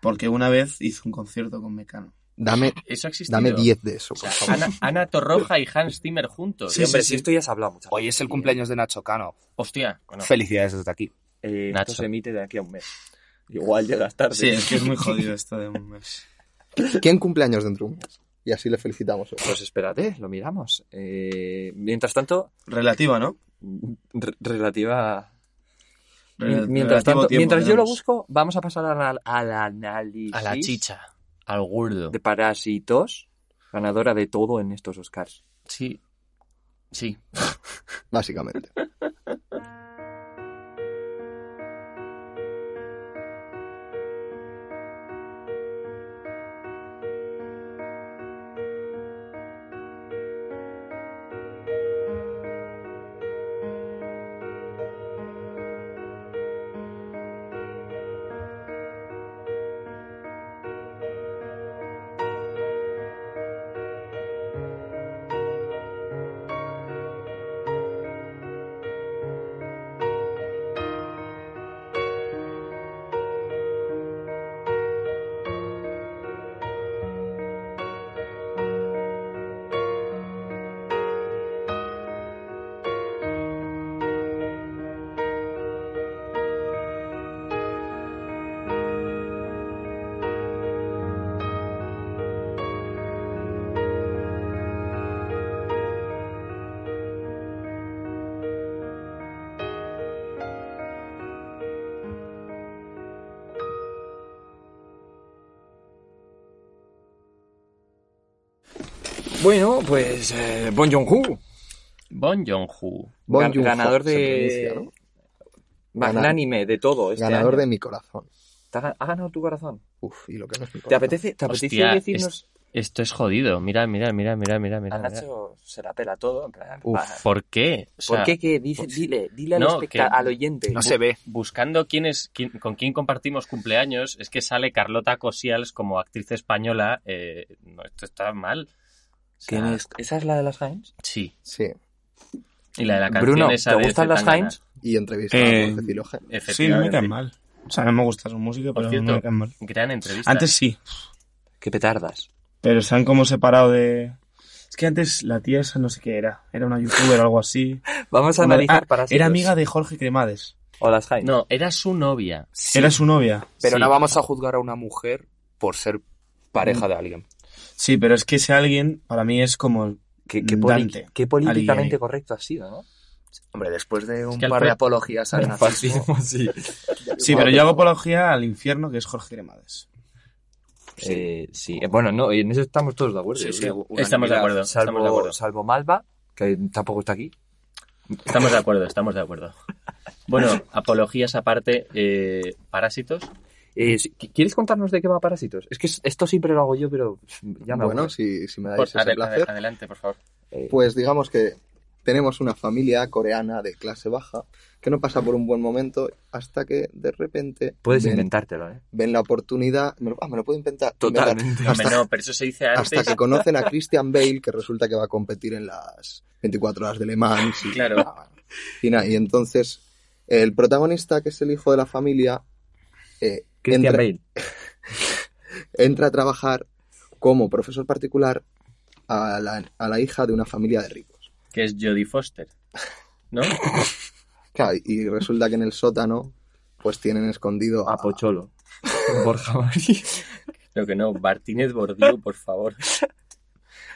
Speaker 5: Porque una vez hizo un concierto con Mecano.
Speaker 4: Dame,
Speaker 3: Eso existe.
Speaker 4: dame 10 de eso, pues.
Speaker 3: O
Speaker 4: por
Speaker 3: sea,
Speaker 4: favor.
Speaker 3: Ana, Ana Torroja y Hans Zimmer juntos.
Speaker 1: Sí,
Speaker 5: Sí,
Speaker 1: hombre,
Speaker 5: sí,
Speaker 1: sí,
Speaker 5: sí.
Speaker 1: esto ya se ha hablado mucho.
Speaker 2: hoy es el cumpleaños de Nacho Cano.
Speaker 3: Hostia, bueno,
Speaker 2: Felicidades desde aquí.
Speaker 1: Eh,
Speaker 3: Nacho.
Speaker 1: Esto se emite de aquí a un mes. Igual llegas tarde.
Speaker 5: Sí, es que es muy jodido esto de un mes.
Speaker 4: ¿Quién cumpleaños dentro de un mes? Y así le felicitamos.
Speaker 1: Pues espérate, lo miramos. Eh, mientras tanto,
Speaker 5: Relativa, ¿no?
Speaker 1: re- relativa. eh,
Speaker 5: Rel-
Speaker 1: Mientras,
Speaker 5: relativo
Speaker 1: tanto,
Speaker 5: tiempo
Speaker 1: mientras yo lo
Speaker 5: tenemos.
Speaker 1: busco, vamos a pasar al, al- al análisis
Speaker 3: a la chicha, al gordo.
Speaker 1: de Parásitos, ganadora de todo en estos Oscars.
Speaker 3: Sí, sí.
Speaker 4: Básicamente.
Speaker 1: Bueno, pues Bon Jong-hu.
Speaker 3: Bon Joon-ho.
Speaker 4: Bong
Speaker 1: Gan-
Speaker 4: Joon-ho
Speaker 1: ganador
Speaker 4: se
Speaker 1: de-
Speaker 4: pronuncia, ¿no?
Speaker 1: Magnánime de todo este
Speaker 4: Ganador de
Speaker 1: año.
Speaker 4: mi corazón.
Speaker 1: Te ha, ha ganado tu corazón.
Speaker 4: Uf, y lo que no es mi
Speaker 1: ¿Te
Speaker 4: corazón.
Speaker 1: apetece, te apetece
Speaker 3: Hostia,
Speaker 1: decirnos?
Speaker 3: Esto es jodido. Mira, mira, mira, mira, mira, mira.
Speaker 1: A
Speaker 3: mira.
Speaker 1: Nacho se la pela todo. en plan,
Speaker 4: Uf.
Speaker 1: va.
Speaker 3: ¿Por qué? O
Speaker 1: ¿Por
Speaker 3: sea,
Speaker 1: qué? ¿Qué? Dice- dile dile al,
Speaker 3: no,
Speaker 1: especta-
Speaker 3: que-
Speaker 1: al oyente.
Speaker 2: No se ve.
Speaker 3: Buscando quién es, quién- con quién compartimos cumpleaños, es que sale Carlota Cosials como actriz española. eh, no, esto está mal. O sea,
Speaker 1: ¿Quién es? ¿Esa es la de las James?
Speaker 3: Sí.
Speaker 4: Sí,
Speaker 3: Y la de la canción
Speaker 1: Bruno,
Speaker 3: esa
Speaker 1: ¿te
Speaker 3: de
Speaker 1: gustan
Speaker 3: Zetangana.
Speaker 1: las James?
Speaker 4: y entrevista
Speaker 5: Eh,
Speaker 4: a Cecilio G.
Speaker 5: Sí, no me
Speaker 3: Efectivamente.
Speaker 5: caen mal. O sea, no me gusta su música,
Speaker 3: Por
Speaker 5: pero
Speaker 3: cierto,
Speaker 5: no me caen mal.
Speaker 3: Gran entrevista.
Speaker 5: Antes sí,
Speaker 1: Qué petardas.
Speaker 5: pero se han como separado de... Es que antes la tía esa no sé qué era. Era una youtuber o algo así.
Speaker 1: Vamos a
Speaker 5: Una-
Speaker 1: analizar
Speaker 5: ah,
Speaker 1: para
Speaker 5: Era
Speaker 1: siglos.
Speaker 5: amiga de Jorge Cremades.
Speaker 1: O las James.
Speaker 3: No, era su novia.
Speaker 1: Sí.
Speaker 5: Era su novia.
Speaker 2: Pero
Speaker 3: Sí.
Speaker 2: no vamos a juzgar a una mujer por ser pareja de alguien.
Speaker 5: Sí, pero es que ese alguien para mí es como... el-
Speaker 1: Qué, qué poli-
Speaker 5: Dante.
Speaker 1: qué políticamente
Speaker 5: Alighieri.
Speaker 1: correcto ha sido, ¿no?
Speaker 2: Hombre, después de un
Speaker 3: que al
Speaker 2: par de
Speaker 3: pro-
Speaker 2: apologías *laughs* al nazismo,
Speaker 1: sí.
Speaker 5: Sí, pero yo hago apología al infierno que es Jorge Cremades.
Speaker 1: Eh, sí. Eh, Bueno, no, en eso estamos todos de acuerdo.
Speaker 2: Sí,
Speaker 1: yo
Speaker 2: sí,
Speaker 1: creo.
Speaker 2: unanimidad.
Speaker 3: Estamos de acuerdo. Estamos de
Speaker 1: salvo,
Speaker 3: acuerdo.
Speaker 1: salvo Malva, que tampoco está aquí.
Speaker 3: Estamos de acuerdo, estamos de acuerdo.
Speaker 1: *laughs*
Speaker 3: Bueno, apologías aparte, eh, parásitos. Mm.
Speaker 1: Eh, si- qui- ¿Quieres contarnos de qué va Parásitos? Es que es- esto siempre lo hago yo, pero ya me
Speaker 4: Bueno,
Speaker 1: aburre.
Speaker 4: si, si me
Speaker 3: Por-
Speaker 4: dais
Speaker 3: ade-
Speaker 4: ese
Speaker 3: ade-
Speaker 4: placer.
Speaker 3: adelante, por favor.
Speaker 1: Eh,
Speaker 4: Pues digamos que tenemos una familia coreana de clase baja que no pasa por un buen momento hasta que de repente
Speaker 1: puedes
Speaker 4: ven,
Speaker 1: inventártelo, ¿eh?
Speaker 4: ven la oportunidad. me lo- ah, me lo puedo inventar. inventar.
Speaker 1: Totalmente.
Speaker 3: Hombre, no, pero eso se dice antes.
Speaker 4: Hasta que conocen a Christian Bale, que resulta que va a competir en las 24 horas de Le Mans. Y,
Speaker 3: Claro.
Speaker 4: y nada, y entonces el protagonista, que es el hijo de la familia, eh,
Speaker 1: Christian
Speaker 4: entra-
Speaker 1: Bale.
Speaker 4: entra a trabajar como profesor particular a la, a la hija de una familia de ricos.
Speaker 3: Que es Jodie Foster. ¿No?
Speaker 4: Claro, y resulta que en el sótano pues tienen escondido
Speaker 1: A
Speaker 4: a-
Speaker 1: Pocholo.
Speaker 3: *laughs*
Speaker 1: Borja Marí.
Speaker 3: Creo que no. Martínez Bordiú, por favor.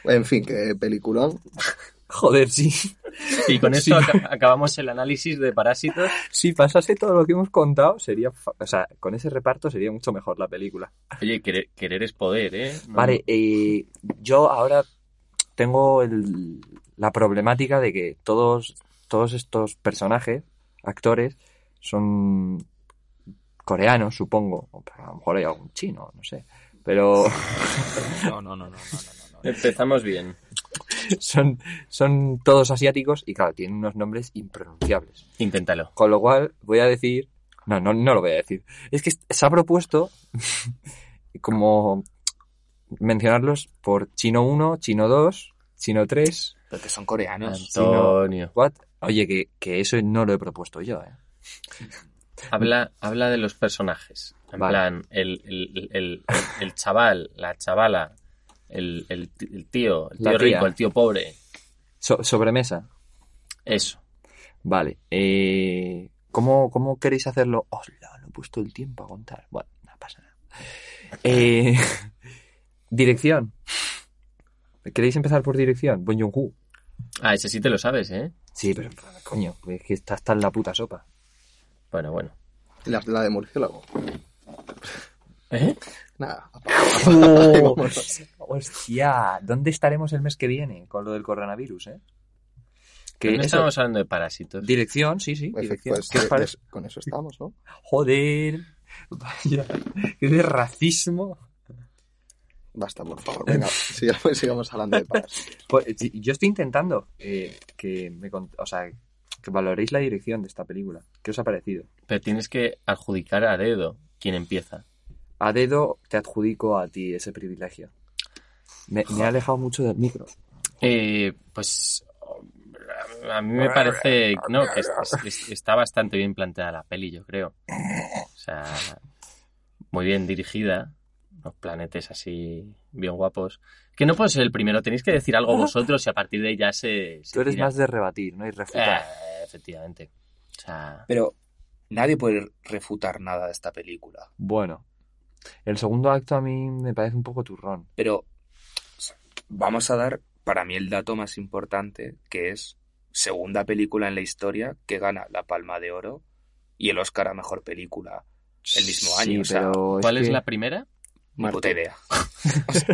Speaker 4: En fin, que peliculón.
Speaker 1: *laughs* Joder, sí.
Speaker 3: Y con esto
Speaker 1: Sí.
Speaker 3: aca- acabamos el análisis de parásitos.
Speaker 1: Si pasase todo lo que hemos contado, sería. fa- O sea, con ese reparto sería mucho mejor la película.
Speaker 3: Oye, querer, querer es poder, ¿eh? No-
Speaker 1: Vale, eh, yo ahora tengo el- la problemática de que todos, todos estos personajes, actores, son coreanos, supongo. O A lo mejor hay algún chino, no sé. Pero
Speaker 2: *laughs* no, no, no, no, no, no, no.
Speaker 3: Empezamos bien.
Speaker 1: son, son todos asiáticos y, claro, tienen unos nombres impronunciables.
Speaker 3: Inténtalo.
Speaker 1: Con lo cual, voy a decir. No, no, no lo voy a decir. Es que se ha propuesto *laughs* como mencionarlos por chino 1, chino 2, chino 3.
Speaker 2: Pero que son coreanos.
Speaker 3: Antonio.
Speaker 1: What? Oye, que, que eso no lo he propuesto yo, ¿eh?
Speaker 3: Habla, habla de los personajes. En
Speaker 1: Vale.
Speaker 3: plan, el, el- el- el chaval, la chavala, el, el ti- el tío, el
Speaker 1: La
Speaker 3: tío
Speaker 1: tía.
Speaker 3: rico, el tío pobre.
Speaker 1: So- sobremesa.
Speaker 3: Eso.
Speaker 1: Vale. eh, ¿cómo, cómo queréis hacerlo? Hola, no he puesto el tiempo a contar. Bueno, no pasa nada. Eh, *laughs* dirección. ¿Queréis empezar por dirección? Bon Joon-ho.
Speaker 3: Ah, ese sí te lo sabes, ¿eh?
Speaker 1: Sí, pero coño, es que está hasta en la puta sopa.
Speaker 3: Bueno, bueno.
Speaker 4: La, la de murciélago.
Speaker 3: ¿Eh?
Speaker 2: *laughs*
Speaker 4: Nada.
Speaker 1: Oh, hostia, ¿dónde estaremos el mes que viene con lo del coronavirus, eh? Que
Speaker 3: no
Speaker 1: eso,
Speaker 3: estábamos hablando de parásitos.
Speaker 1: dirección, sí, sí, dirección.
Speaker 4: Pues,
Speaker 1: ¿Qué os
Speaker 4: eh,
Speaker 1: parece?
Speaker 4: es- con eso estamos, ¿no?
Speaker 1: Joder, vaya, qué de racismo.
Speaker 4: Basta, por favor. Venga, *laughs* sigamos, sigamos hablando de parásitos.
Speaker 1: Pues, sí, Yo estoy intentando eh, que me, cont- o sea, que valoréis la dirección de esta película. ¿Qué os ha parecido?
Speaker 3: Pero tienes que adjudicar a dedo quién empieza.
Speaker 1: A dedo te adjudico a ti ese privilegio. Me, me he alejado mucho del micro.
Speaker 3: Eh, pues a mí me parece no, que es- es- es- está bastante bien planteada la peli, yo creo. O sea, muy bien dirigida, los planetes así bien guapos. Que no puedo ser el primero, tenéis que decir algo vosotros y a partir de ahí ya se... se
Speaker 1: Tú eres
Speaker 3: tira.
Speaker 1: más de rebatir, ¿no? Y refutar.
Speaker 3: Eh, efectivamente. O sea,
Speaker 2: Pero nadie puede refutar nada de esta película.
Speaker 1: Bueno, el segundo acto a mí me parece un poco turrón.
Speaker 2: Pero vamos a dar, para mí, el dato más importante, que es segunda película en la historia que gana la Palma de Oro y el Oscar a Mejor Película. El mismo año,
Speaker 1: Sí,
Speaker 2: o sea,
Speaker 1: pero
Speaker 3: ¿cuál
Speaker 1: es,
Speaker 3: es
Speaker 1: Pues que
Speaker 3: la primera?
Speaker 4: *laughs*
Speaker 2: Ni puta idea.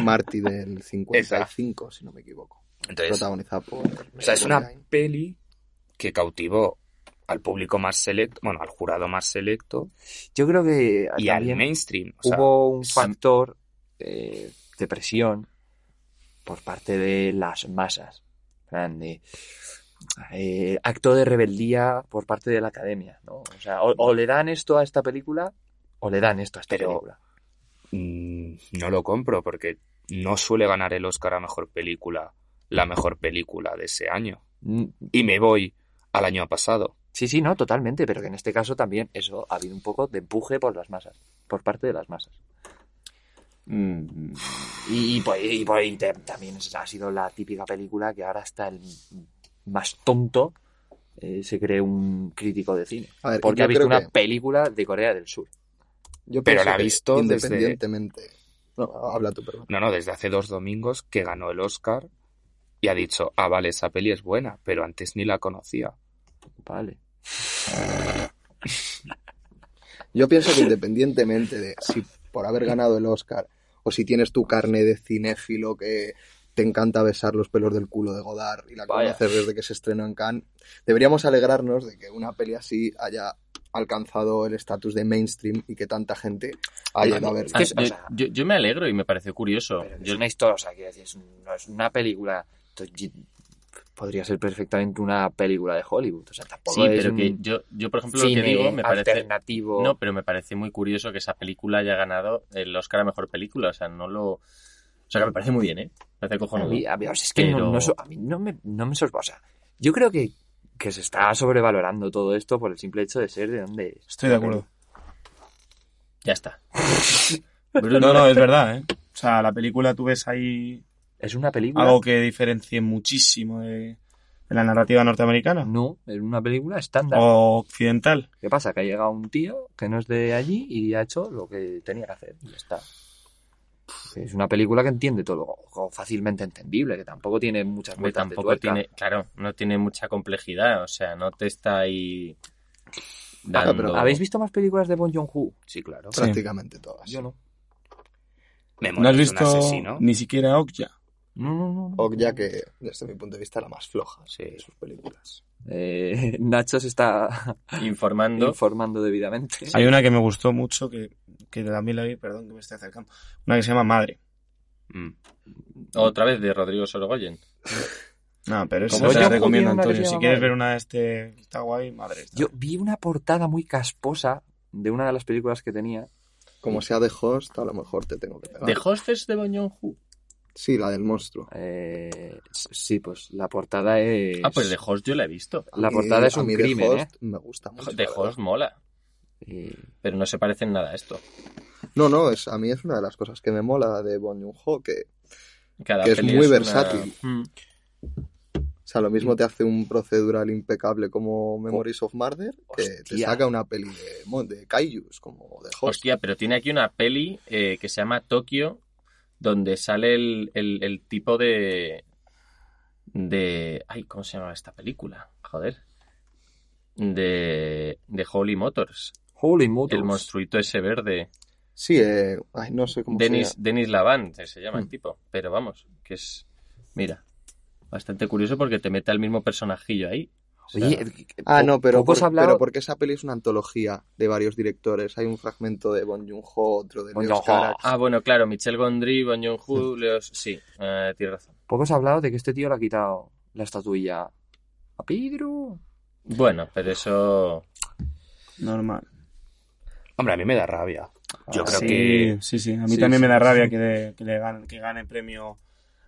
Speaker 4: Marty del 55, si no me equivoco.
Speaker 2: Entonces,
Speaker 4: protagonizada por.
Speaker 2: o sea, es una peli que cautivó al público más selecto, bueno, al jurado más selecto
Speaker 1: Yo creo que
Speaker 2: y al
Speaker 1: también
Speaker 2: mainstream. O sea,
Speaker 1: hubo un
Speaker 2: sí.
Speaker 1: factor eh, de presión por parte de las masas. Grande. Eh, acto de rebeldía por parte de la academia. ¿no? O sea, o, o le dan esto a esta película o le dan esto a esta
Speaker 2: Pero-
Speaker 1: película.
Speaker 2: mm, no lo compro porque no suele ganar el Oscar a mejor película, la mejor película de ese año.
Speaker 1: Mm,
Speaker 2: Y me voy al año pasado.
Speaker 1: Sí, sí, no, totalmente, pero que en este caso también eso ha habido un poco de empuje por las masas, por parte de las masas.
Speaker 3: Mm,
Speaker 1: Y, y por- y por- y te- también es- ha sido la típica película que ahora hasta el más tonto eh, se cree un crítico de cine.
Speaker 4: A ver,
Speaker 1: Porque
Speaker 4: yo
Speaker 1: ha visto
Speaker 4: creo
Speaker 1: una
Speaker 4: que-
Speaker 1: película de Corea del Sur.
Speaker 4: Yo
Speaker 2: Pero
Speaker 4: pienso
Speaker 2: la ha
Speaker 4: que
Speaker 2: visto desde-
Speaker 4: Independientemente. No, habla tú, perdón.
Speaker 2: No, no, desde hace dos domingos que ganó el Oscar y ha dicho, ah, vale, esa peli es buena, pero antes ni la conocía.
Speaker 1: Vale.
Speaker 4: Yo pienso que independientemente de si por haber ganado el Oscar o si tienes tu carne de cinéfilo que te encanta besar los pelos del culo de Godard y la
Speaker 1: Vaya.
Speaker 4: conoces desde que se estrenó en Cannes, deberíamos alegrarnos de que una peli así haya alcanzado el estatus de mainstream y que tanta gente haya ido a ver.
Speaker 1: Es
Speaker 3: ah,
Speaker 1: que-
Speaker 3: yo,
Speaker 1: o sea-
Speaker 3: yo- yo me alegro y me pareció curioso.
Speaker 1: Pero que
Speaker 3: Yo-
Speaker 1: es una historia, o sea, quiero decir, es un- no es una película. Entonces, y- Podría ser perfectamente una película de Hollywood. O sea, tampoco
Speaker 3: sí,
Speaker 1: es
Speaker 3: pero
Speaker 1: un
Speaker 3: que yo, yo, por ejemplo, lo
Speaker 1: cine
Speaker 3: que digo, me parece...
Speaker 1: alternativo.
Speaker 3: No, pero me parece muy curioso que esa película haya ganado el Oscar a Mejor Película. O sea, no lo... O sea, que me parece muy bien, ¿eh? Me parece
Speaker 1: A
Speaker 3: cojonudo.
Speaker 1: mí, a mí- o sea, es que
Speaker 3: Pero-
Speaker 1: no, no so- a mí no me, no me sorprende. O sea, yo creo que, que se está sobrevalorando todo esto por el simple hecho de ser de donde es.
Speaker 5: Estoy de acuerdo.
Speaker 3: Ya está. Bruno,
Speaker 5: No, no, es verdad, ¿eh? O sea, la película tú ves ahí
Speaker 1: Es una película.
Speaker 5: algo que diferencie muchísimo de, de la narrativa norteamericana
Speaker 1: No, es una película estándar.
Speaker 5: o occidental.
Speaker 1: ¿Qué pasa? Que ha llegado un tío que no es de allí y ha hecho lo que tenía que hacer. Y ya está. Es una película que entiende todo, o fácilmente entendible, que tampoco tiene muchas
Speaker 3: Hombre,
Speaker 1: vueltas de
Speaker 3: tampoco
Speaker 1: tuerca.
Speaker 3: tiene, claro, no tiene mucha complejidad, o sea, no te está ahí
Speaker 4: Ah,
Speaker 3: dando...
Speaker 4: pero
Speaker 1: ¿Habéis visto más películas de Bong Joon-ho?
Speaker 2: Sí, claro.
Speaker 5: Sí.
Speaker 4: Prácticamente todas.
Speaker 1: Yo no.
Speaker 2: Memoria
Speaker 5: No has
Speaker 2: de un
Speaker 5: visto
Speaker 2: asesino.
Speaker 5: ni siquiera Okja.
Speaker 1: No, no, no.
Speaker 4: O ya que, desde mi punto de vista, la más floja
Speaker 2: Sí.
Speaker 4: de sus películas.
Speaker 1: Eh, *laughs* Nacho se
Speaker 3: *laughs*
Speaker 1: está
Speaker 3: informando?
Speaker 1: informando debidamente.
Speaker 5: Hay una que me gustó mucho, que, que también la vi, perdón que me estoy acercando. Una que se llama Madre.
Speaker 2: Mm.
Speaker 3: Otra vez de Rodrigo Sorogoyen.
Speaker 5: No, pero esa
Speaker 3: ¿Cómo
Speaker 5: se
Speaker 3: se
Speaker 5: la
Speaker 3: llama?
Speaker 5: recomiendo,
Speaker 1: Tiene una que
Speaker 5: Antonio.
Speaker 1: se
Speaker 5: Si
Speaker 1: llama
Speaker 5: quieres
Speaker 1: Madre.
Speaker 5: ver una de este... Está guay, Madre. está
Speaker 1: Yo
Speaker 5: guay.
Speaker 1: vi una portada muy casposa de una de las películas que tenía.
Speaker 4: Como sea de host, a lo mejor te tengo que
Speaker 1: Ah.
Speaker 4: pegar.
Speaker 3: ¿De Hostess de Bong Joon-ho?
Speaker 4: Sí, la del monstruo.
Speaker 1: Eh, s- sí, pues la portada es.
Speaker 3: Ah, pues de Host yo la he visto.
Speaker 4: A
Speaker 1: La
Speaker 4: mí-
Speaker 1: portada es
Speaker 4: a
Speaker 1: un
Speaker 4: mí The
Speaker 1: crimen,
Speaker 4: Host Me gusta mucho.
Speaker 3: De
Speaker 4: la verdad.
Speaker 3: Host mola,
Speaker 1: Eh,
Speaker 3: pero no se parece en nada a esto.
Speaker 4: No, no, es, a mí es una de las cosas que me mola de Bon Joon-ho, que,
Speaker 3: Cada
Speaker 4: Que es
Speaker 3: peli
Speaker 4: muy
Speaker 3: una-
Speaker 4: versátil.
Speaker 3: Mm.
Speaker 4: o sea, lo mismo te hace un procedural impecable como Memories of Murder, que te
Speaker 1: Hostia.
Speaker 4: saca una peli de, mon- de kaijus, como de host.
Speaker 3: Hostia, pero tiene aquí una peli eh, que se llama Tokio, donde sale el, el- el tipo de. de. Ay, ¿cómo se llama esta película? Joder. De. de Holy Motors.
Speaker 1: Holy Motors.
Speaker 3: El monstruito ese verde.
Speaker 4: Sí, eh, ay, no sé cómo
Speaker 3: Denis,
Speaker 4: se
Speaker 3: Denis Lavan se llama el
Speaker 4: Mm.
Speaker 3: tipo. Pero vamos, que es. Mira. Bastante curioso porque te mete al mismo personajillo ahí. O sea,
Speaker 1: Oye, eh, eh,
Speaker 4: llama. Ah,
Speaker 1: po-
Speaker 4: no, pero,
Speaker 1: poco
Speaker 4: por-
Speaker 1: se ha hablado-
Speaker 4: pero porque esa peli es una antología de varios directores. Hay un fragmento de Bon Joon-ho, otro de
Speaker 1: Bong
Speaker 4: Leo
Speaker 1: Joon-ho.
Speaker 4: Carax.
Speaker 3: Ah, bueno, claro, Michel Gondry, Bon Joon-ho, Leos... Sí, eh, tienes razón.
Speaker 1: poco se ha hablado de que este tío le ha quitado la estatuilla a Pedro.
Speaker 3: Bueno, pero eso...
Speaker 5: Normal.
Speaker 2: Hombre, a mí me da rabia. Yo creo
Speaker 5: sí,
Speaker 2: que
Speaker 5: sí, sí. A mí
Speaker 1: Sí,
Speaker 5: también
Speaker 1: sí,
Speaker 5: me da
Speaker 1: sí.
Speaker 5: rabia que, le- que le gane, que gane premio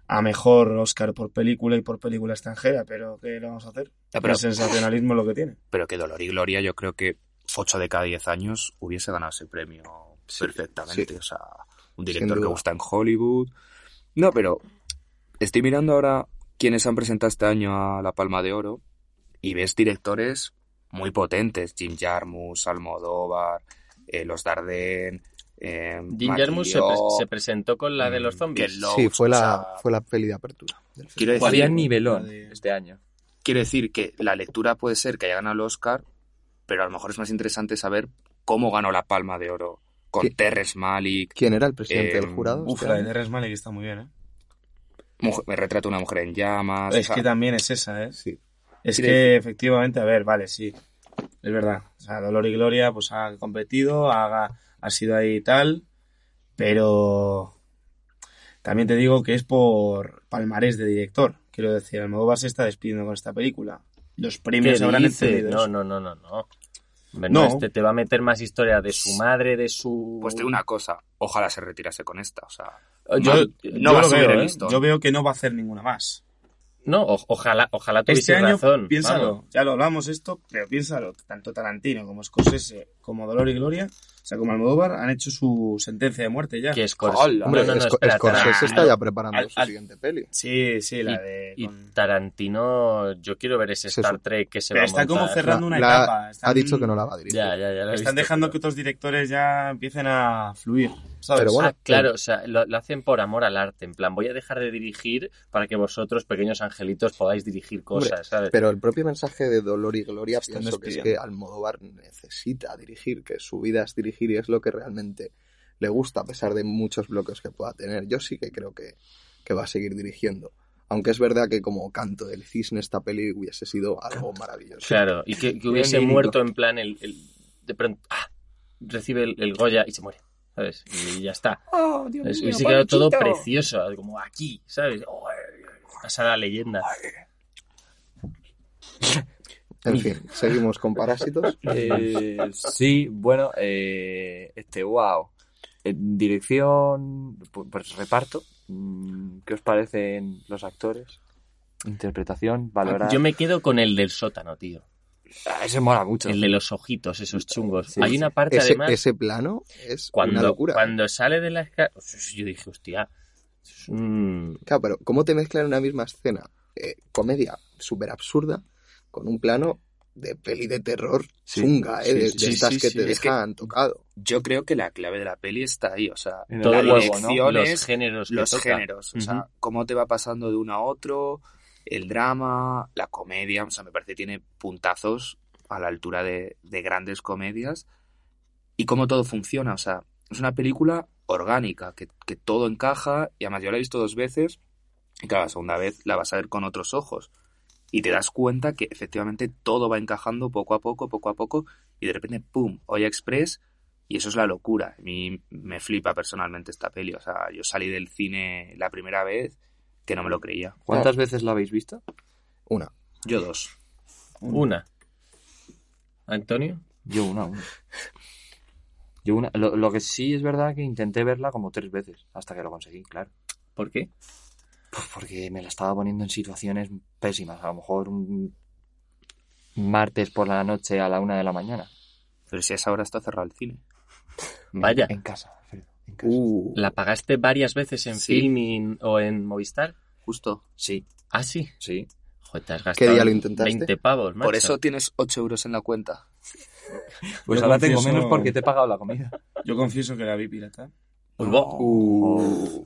Speaker 5: a mejor Oscar por película y por película extranjera, pero ¿qué le vamos a hacer?
Speaker 2: Ah, pero-
Speaker 5: El sensacionalismo es lo que tiene.
Speaker 2: pero que Dolor y Gloria, yo creo que 8 de cada 10 años hubiese ganado ese premio perfectamente.
Speaker 4: sí.
Speaker 2: O sea, un
Speaker 4: Sin
Speaker 2: director que
Speaker 4: duda.
Speaker 2: gusta en Hollywood. No, pero estoy mirando ahora quienes han presentado este año a la Palma de Oro y ves directores muy potentes. Jim Jarmus, Almodóvar, eh, Los Darden. Eh,
Speaker 3: Jim
Speaker 2: Matt
Speaker 3: Jarmusch se,
Speaker 2: Leo.
Speaker 3: pre- se presentó con la de los
Speaker 2: Mm,
Speaker 3: zombies.
Speaker 2: que lo-
Speaker 4: Sí, fue la,
Speaker 2: o sea,
Speaker 4: fue la peli de apertura. del
Speaker 2: Quiero
Speaker 4: festival.
Speaker 2: decir-
Speaker 1: Había nivelón
Speaker 5: La de-
Speaker 1: este año.
Speaker 2: Quiero decir que la lectura puede ser que haya ganado el Oscar, pero a lo mejor es más interesante saber cómo ganó la Palma de Oro con
Speaker 4: Sí.
Speaker 2: Terrence Malick.
Speaker 4: ¿Quién era el presidente
Speaker 2: Eh,
Speaker 4: del jurado?
Speaker 5: Uf,
Speaker 4: este
Speaker 5: la de
Speaker 4: año?
Speaker 5: Terrence Malick está muy bien, ¿eh?
Speaker 2: Mujer- me retrata una mujer en llamas.
Speaker 5: Es
Speaker 2: o sea,
Speaker 5: que también es esa, ¿eh?
Speaker 4: Sí.
Speaker 5: Es
Speaker 2: Quiere
Speaker 5: que efectivamente, a ver, vale, sí. Es verdad. O sea, Dolor y Gloria, pues ha competido, ha, ha sido ahí y tal. Pero también te digo que es por palmarés de director. Quiero decir, Almodóvar se está despidiendo con esta película. Los premios habrán entendido.
Speaker 3: No,
Speaker 5: eso.
Speaker 3: no, no, no, no. Hombre,
Speaker 5: No.
Speaker 3: no, Este te va a meter más historia de su madre, de su...
Speaker 2: Pues te digo una cosa, ojalá se retirase con esta, o sea,
Speaker 3: Yo-
Speaker 5: Yo-
Speaker 2: no
Speaker 5: yo
Speaker 2: va a
Speaker 5: lo
Speaker 2: subir
Speaker 5: veo,
Speaker 2: el
Speaker 5: ¿eh?
Speaker 2: listón.
Speaker 5: Yo veo que no va a hacer ninguna más.
Speaker 3: No, o- ojalá, ojalá tuviese
Speaker 5: Este año,
Speaker 2: Mm,
Speaker 3: razón.
Speaker 5: piénsalo,
Speaker 3: vamos.
Speaker 5: ya lo hablamos esto, pero piénsalo, tanto Tarantino como Scorsese, como Dolor y Gloria, o sea, como Almodóvar, han hecho su sentencia de muerte ya.
Speaker 3: Que Scorsese...
Speaker 2: Hola.
Speaker 4: Hombre,
Speaker 3: no, no, no,
Speaker 4: Sco-
Speaker 3: espera,
Speaker 4: Scorsese
Speaker 3: Tarantino.
Speaker 4: está ya preparando
Speaker 3: Al-
Speaker 4: su
Speaker 3: al-
Speaker 4: siguiente peli.
Speaker 5: Sí, sí, la
Speaker 3: Y-
Speaker 5: de...
Speaker 3: Y
Speaker 5: con-
Speaker 3: Tarantino, yo quiero ver ese
Speaker 4: Se
Speaker 3: Star
Speaker 4: su-
Speaker 3: Trek que se
Speaker 5: Pero
Speaker 3: va a
Speaker 5: está como
Speaker 3: montar.
Speaker 5: cerrando
Speaker 4: La-
Speaker 5: una
Speaker 4: la-
Speaker 5: etapa. están-
Speaker 4: Ha dicho que no la va a dirigir.
Speaker 3: Ya, ya, ya lo he
Speaker 5: Están
Speaker 3: visto,
Speaker 5: dejando
Speaker 3: pero-
Speaker 5: que otros directores ya empiecen a fluir, ¿sabes?
Speaker 4: Pero bueno,
Speaker 3: ah, claro, o sea, lo, lo hacen por amor al arte, en plan, voy a dejar de dirigir para que vosotros, pequeños angelitos, podáis dirigir cosas, ¿sabes?
Speaker 4: Pero el propio mensaje de Dolor y Gloria
Speaker 5: Están
Speaker 4: pienso que es que
Speaker 5: despidiendo.
Speaker 4: Almodóvar necesita dirigir, que su vida es dirigir y es lo que realmente le gusta, a pesar de muchos bloques que pueda tener. Yo sí que creo que, que va a seguir dirigiendo. Aunque es verdad que como canto del cisne esta peli hubiese sido algo maravilloso.
Speaker 3: Claro, y que, que hubiese
Speaker 1: lírico.
Speaker 3: muerto en plan el, el- de pronto, ah, recibe el, el Goya y se muere, ¿sabes? Y ya está.
Speaker 1: Ah,
Speaker 2: ¡Oh, Dios
Speaker 3: Es-
Speaker 2: mío,
Speaker 3: Hubiese quedado todo
Speaker 2: Panchito!
Speaker 3: precioso, como aquí, ¿sabes? Oh, pasa la leyenda.
Speaker 4: En fin, seguimos con Parásitos.
Speaker 1: Eh, *laughs* sí, bueno, eh, este, wow. Eh, dirección, pu- pues reparto. Mm, ¿Qué os parecen los actores? Interpretación, valorar.
Speaker 3: Yo me quedo con el del sótano, tío.
Speaker 1: Ah, Ese mola mucho.
Speaker 3: El de los ojitos, esos chungos.
Speaker 1: Sí,
Speaker 3: Hay
Speaker 1: sí.
Speaker 3: una parte,
Speaker 4: Ese,
Speaker 3: *laughs* además,
Speaker 4: ese plano es una
Speaker 3: cuando,
Speaker 4: locura.
Speaker 3: cuando sale de la escala... Yo dije, hostia, es un...
Speaker 4: Claro, pero ¿cómo te mezclan en una misma escena eh, comedia súper absurda con un plano de peli de terror
Speaker 1: Sí,
Speaker 4: chunga, eh,
Speaker 1: sí,
Speaker 4: de,
Speaker 1: sí,
Speaker 4: de
Speaker 2: sí,
Speaker 4: estas
Speaker 2: sí,
Speaker 4: que
Speaker 2: sí.
Speaker 4: te
Speaker 2: Es que-
Speaker 4: dejan tocado?
Speaker 2: Yo creo que la clave de la peli está ahí, o sea,
Speaker 1: En el
Speaker 3: Todo
Speaker 2: la
Speaker 3: el huevo,
Speaker 1: huevo,
Speaker 2: dirección
Speaker 1: ¿no?
Speaker 3: los
Speaker 2: es
Speaker 3: géneros que
Speaker 2: los
Speaker 3: toca.
Speaker 2: géneros, o sea,
Speaker 3: Ujú.
Speaker 2: cómo te va pasando de uno a otro, el drama, la comedia, o sea, me parece que tiene puntazos a la altura de, de grandes comedias y cómo todo funciona, o sea, es una película orgánica, que, que todo encaja y además yo la he visto dos veces y claro, la segunda vez la vas a ver con otros ojos y te das cuenta que efectivamente todo va encajando poco a poco, poco a poco y de repente, ¡pum!, Olla Express y eso es la locura. A mí me flipa personalmente esta peli. O sea, yo salí del cine la primera vez que no me lo creía.
Speaker 1: ¿Cuántas veces la habéis visto?
Speaker 4: Una.
Speaker 2: Yo dos.
Speaker 3: Una. ¿Antonio?
Speaker 1: Yo una, una. Yo una. Lo, lo que sí es verdad que intenté verla como tres veces, hasta que lo conseguí, claro.
Speaker 3: ¿Por qué?
Speaker 1: Pues porque me la estaba poniendo en situaciones pésimas. A lo mejor un martes por la noche a la una de la mañana.
Speaker 2: Pero si a esa hora está cerrado el cine.
Speaker 3: Vaya.
Speaker 1: En casa, Alfredo, en casa.
Speaker 4: Uh,
Speaker 3: ¿La pagaste varias veces en
Speaker 2: Sí.
Speaker 3: Filmin o en Movistar?
Speaker 2: Justo.
Speaker 1: Sí,
Speaker 3: Ah, sí.
Speaker 1: sí.
Speaker 3: Joder, te has gastado
Speaker 4: día lo intentaste?
Speaker 3: 20 pavos, macho.
Speaker 2: Por eso tienes 8 euros en la cuenta.
Speaker 1: Pues
Speaker 5: Yo
Speaker 1: ahora
Speaker 5: confieso-
Speaker 1: tengo menos porque te he pagado la *laughs* comida.
Speaker 5: Yo confieso que la vi pirata.
Speaker 3: Uy, bo- Uh,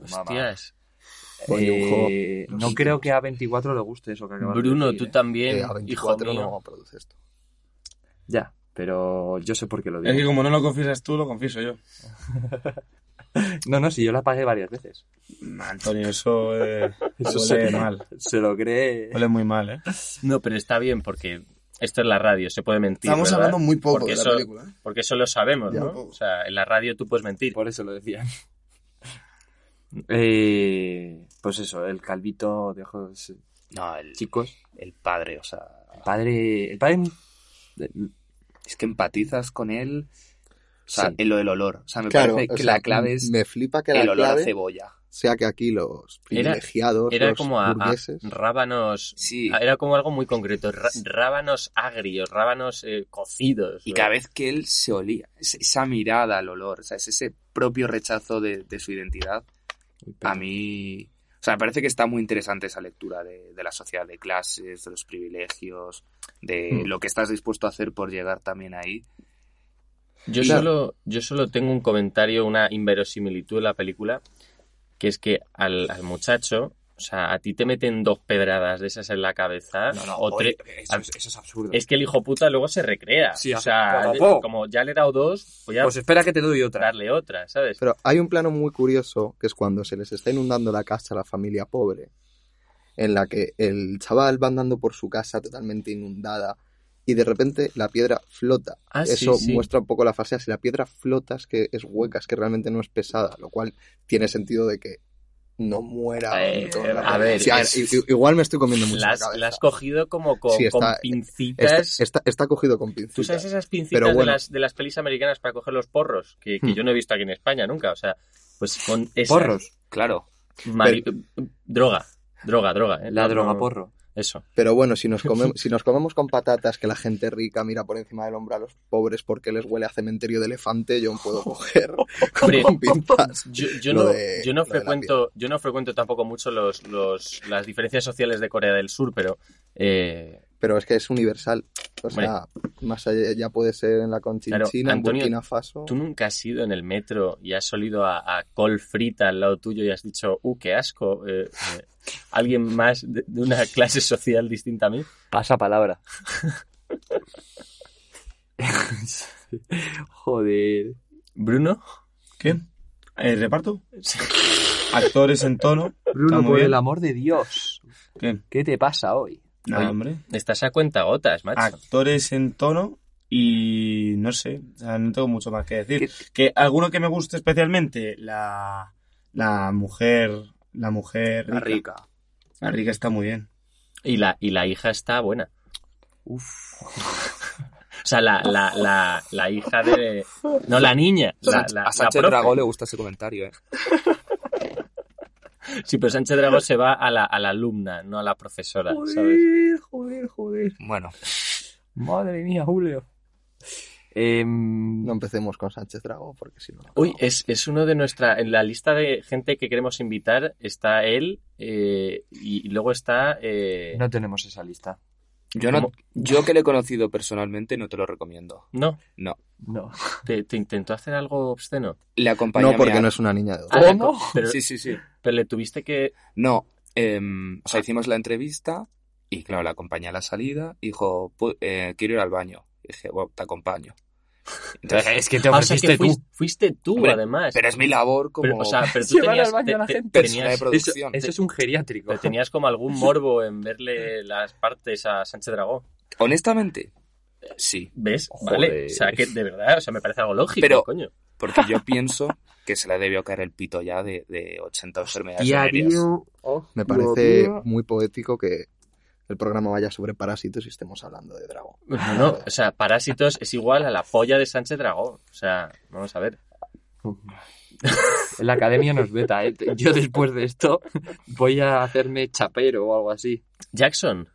Speaker 1: Oh, mamá.
Speaker 3: Hostias.
Speaker 1: Eh, no creo que a 24 le guste eso que acabas de
Speaker 3: Bruno,
Speaker 1: decir,
Speaker 3: tú
Speaker 1: ¿eh?
Speaker 3: también,
Speaker 4: eh, a
Speaker 3: hijo
Speaker 4: 24
Speaker 3: mío.
Speaker 4: no produce esto.
Speaker 1: Ya, pero yo sé por qué lo
Speaker 5: Es que
Speaker 1: digo.
Speaker 5: como no lo confiesas tú, lo confieso yo.
Speaker 1: No, no, sí, yo la pagué varias veces.
Speaker 5: Antonio, eso, eh,
Speaker 1: Eso
Speaker 5: huele
Speaker 1: sí.
Speaker 5: mal.
Speaker 1: Se lo cree.
Speaker 5: Huele muy mal, ¿eh?
Speaker 3: No, pero está bien porque esto es la radio, se puede mentir,
Speaker 4: Estamos
Speaker 3: ¿verdad?
Speaker 4: hablando muy poco
Speaker 3: Porque
Speaker 4: de la
Speaker 3: eso-
Speaker 4: película. ¿eh?
Speaker 3: Porque eso lo sabemos,
Speaker 4: Ya,
Speaker 3: ¿no?
Speaker 4: poco.
Speaker 3: O sea, en la radio tú puedes mentir.
Speaker 1: Por eso lo decía. Eh, pues eso, el calvito de ojos
Speaker 2: No, el,
Speaker 1: chicos.
Speaker 2: el padre, o sea.
Speaker 1: El padre. El padre.
Speaker 2: Es que empatizas con él. O sea,
Speaker 1: Sí.
Speaker 2: en lo del olor. O sea, me
Speaker 4: Claro,
Speaker 2: parece
Speaker 4: o
Speaker 2: que
Speaker 4: sea,
Speaker 2: la clave es
Speaker 4: me flipa que
Speaker 2: el olor
Speaker 4: la
Speaker 2: a
Speaker 4: clave
Speaker 2: cebolla.
Speaker 4: sea que aquí los
Speaker 3: Era-
Speaker 4: privilegiados,
Speaker 3: Era
Speaker 4: los
Speaker 3: como a, a
Speaker 4: burgueses,
Speaker 3: rábanos...
Speaker 2: Sí.
Speaker 3: Era como algo muy concreto. ra- rábanos agrios, rábanos eh, cocidos.
Speaker 2: Y
Speaker 3: ¿no?
Speaker 2: cada vez que él se olía, es- esa mirada al olor, o sea, es ese propio rechazo de- de su identidad A mí. O sea, me parece que está muy interesante esa lectura de, de la sociedad de clases, de los privilegios, de
Speaker 3: Mm.
Speaker 2: lo que estás dispuesto a hacer por llegar también ahí.
Speaker 3: Yo,
Speaker 4: Claro.
Speaker 3: solo, yo solo tengo un comentario, una inverosimilitud en la película, que es que al, al muchacho, o O sea, a ti te meten dos pedradas de esas en la cabeza.
Speaker 2: No, no,
Speaker 3: o
Speaker 2: oye,
Speaker 3: tres.
Speaker 2: eso, es, eso es absurdo.
Speaker 3: Es que el hijo puta luego se recrea.
Speaker 2: Sí,
Speaker 3: o
Speaker 2: hace-
Speaker 3: sea,
Speaker 2: po, po, po.
Speaker 3: como ya le he dado dos, voy a
Speaker 2: Pues espera que te doy otra.
Speaker 3: darle otra, ¿sabes?
Speaker 4: Pero hay un plano muy curioso que es cuando se les está inundando la casa a la familia pobre, en la que el chaval va andando por su casa totalmente inundada y de repente la piedra flota.
Speaker 3: Ah, sí,
Speaker 4: Eso
Speaker 3: sí.
Speaker 4: muestra un poco la fase. Si la piedra flota es que es hueca, es que realmente no es pesada, lo cual tiene sentido de que no muera.
Speaker 3: Eh,
Speaker 4: con la
Speaker 3: a
Speaker 4: piedra.
Speaker 3: ver,
Speaker 4: Sí,
Speaker 3: es-
Speaker 4: i- i- igual me estoy comiendo mucho
Speaker 3: Las,
Speaker 4: la cabeza.
Speaker 3: has cogido como con,
Speaker 4: Sí, está-
Speaker 3: con
Speaker 4: Está,
Speaker 3: pincitas.
Speaker 4: está- está cogido con pincitas.
Speaker 3: Tú sabes esas pincitas
Speaker 4: Pero
Speaker 3: de,
Speaker 4: bueno.
Speaker 3: las, de las pelis americanas para coger los porros, que, que
Speaker 4: Hmm.
Speaker 3: yo no he visto aquí en España nunca. O sea, pues con esa
Speaker 1: Porros.
Speaker 2: Claro.
Speaker 3: mari- droga, droga, droga. ¿eh?
Speaker 1: La
Speaker 3: No-
Speaker 1: droga
Speaker 3: no-
Speaker 1: porro.
Speaker 3: Eso.
Speaker 4: Pero bueno, si
Speaker 3: *laughs*
Speaker 4: nos, comemos, si nos comemos con patatas que la gente rica mira por encima del hombro a los pobres porque les huele a cementerio de elefante, yo
Speaker 3: *laughs*
Speaker 4: puedo coger
Speaker 3: Hombre, *laughs*
Speaker 4: con pinzas.
Speaker 3: Yo, yo
Speaker 4: Lo
Speaker 3: no,
Speaker 4: de-
Speaker 3: yo no
Speaker 4: lo de la
Speaker 3: frecuento, yo no frecuento tampoco mucho los, los, las diferencias sociales de Corea del Sur, pero eh,
Speaker 4: Pero es que es universal. O sea, más allá ya puede ser en la Conchinchina,
Speaker 3: Claro,
Speaker 4: en
Speaker 3: Antonio,
Speaker 4: Burkina Faso.
Speaker 3: tú nunca has ido en el metro y has olido a, a col frita al lado tuyo y has dicho, uh, qué asco, eh, eh, alguien más de, de una *laughs* clase social distinta a mí.
Speaker 1: Pasa palabra. *laughs* Joder.
Speaker 3: Bruno,
Speaker 5: ¿Qué? ¿El reparto? Actores en tono. Está
Speaker 1: Bruno,
Speaker 5: muy
Speaker 1: por
Speaker 5: bien.
Speaker 1: el amor de Dios.
Speaker 5: ¿Qué?
Speaker 1: ¿Qué te pasa hoy?
Speaker 5: Nada,
Speaker 3: Oye,
Speaker 5: hombre.
Speaker 3: estás a cuenta gotas, macho.
Speaker 5: Actores en tono y no sé, o sea, no tengo mucho más que decir. Que alguno que me guste especialmente, la, la mujer, la mujer
Speaker 2: La
Speaker 5: rica.
Speaker 2: rica.
Speaker 5: La rica está muy bien.
Speaker 3: Y la, y la hija está buena.
Speaker 1: Uf.
Speaker 3: *laughs* O sea, la, la, la, la hija de... No, la niña. La, la,
Speaker 2: a
Speaker 3: la
Speaker 2: Sánchez
Speaker 3: profe.
Speaker 2: Dragó le gusta ese comentario, ¿eh?
Speaker 3: Sí, pero Sánchez Dragó se va a la, a la alumna, no a la profesora, ¿sabes?
Speaker 1: Joder, joder, joder.
Speaker 2: Bueno,
Speaker 1: Madre mía, Julio. Em,
Speaker 4: No empecemos con Sánchez Drago, porque si no. no
Speaker 3: Uy, eh,
Speaker 4: acabamos.
Speaker 3: es, es uno de nuestra... En la lista de gente que queremos invitar está él eh, y, y luego está... eh,
Speaker 1: no tenemos esa lista.
Speaker 2: yo, no,
Speaker 3: ¿Cómo?
Speaker 2: yo que le he conocido personalmente no te lo recomiendo.
Speaker 3: no,
Speaker 1: No.
Speaker 3: te, te intentó hacer algo obsceno.
Speaker 2: Le acompañé
Speaker 4: No, porque
Speaker 2: a...
Speaker 4: no es una niña de dos.
Speaker 3: Ah,
Speaker 1: ¿Cómo?
Speaker 3: Pero,
Speaker 2: Sí, sí, sí.
Speaker 3: pero le tuviste que...
Speaker 2: No, em, o sea, hicimos la entrevista y claro, la acompañé a la salida y dijo, "Pu- eh, quiero ir al baño. Y dije, bueno, te acompaño. Entonces,
Speaker 1: *laughs*
Speaker 3: *laughs*
Speaker 1: Es que te
Speaker 3: Ah, o sea, que fuiste, fuiste tú,
Speaker 2: Hombre,
Speaker 3: además.
Speaker 2: pero es mi labor como
Speaker 3: Pero, o sea, pero tú
Speaker 1: Llevar
Speaker 3: tenías,
Speaker 1: al baño a la gente.
Speaker 2: persona de
Speaker 3: tenías-
Speaker 1: Eso,
Speaker 2: producción.
Speaker 1: eso es un geriátrico.
Speaker 3: pero tenías
Speaker 1: *laughs*
Speaker 3: como algún morbo en verle las partes a Sánchez Dragó.
Speaker 2: Honestamente, sí.
Speaker 3: ¿Ves?
Speaker 1: Joder.
Speaker 3: Vale. O sea, que de verdad, o sea, me parece algo lógico,
Speaker 2: Pero-
Speaker 3: coño.
Speaker 2: Porque yo pienso que se le debió caer el pito ya de, de 80 enfermedades
Speaker 1: Tía,
Speaker 2: venéreas.
Speaker 1: tío.
Speaker 4: Me
Speaker 1: Tío,
Speaker 4: parece
Speaker 1: tío.
Speaker 4: muy poético que el programa vaya sobre parásitos y estemos hablando de Drago.
Speaker 3: No, no, o sea, Parásitos es igual a la polla de Sánchez Dragó. O sea, vamos a ver.
Speaker 1: La academia nos veta, ¿eh? Yo después de esto voy a hacerme chapero o algo así.
Speaker 3: Jackson,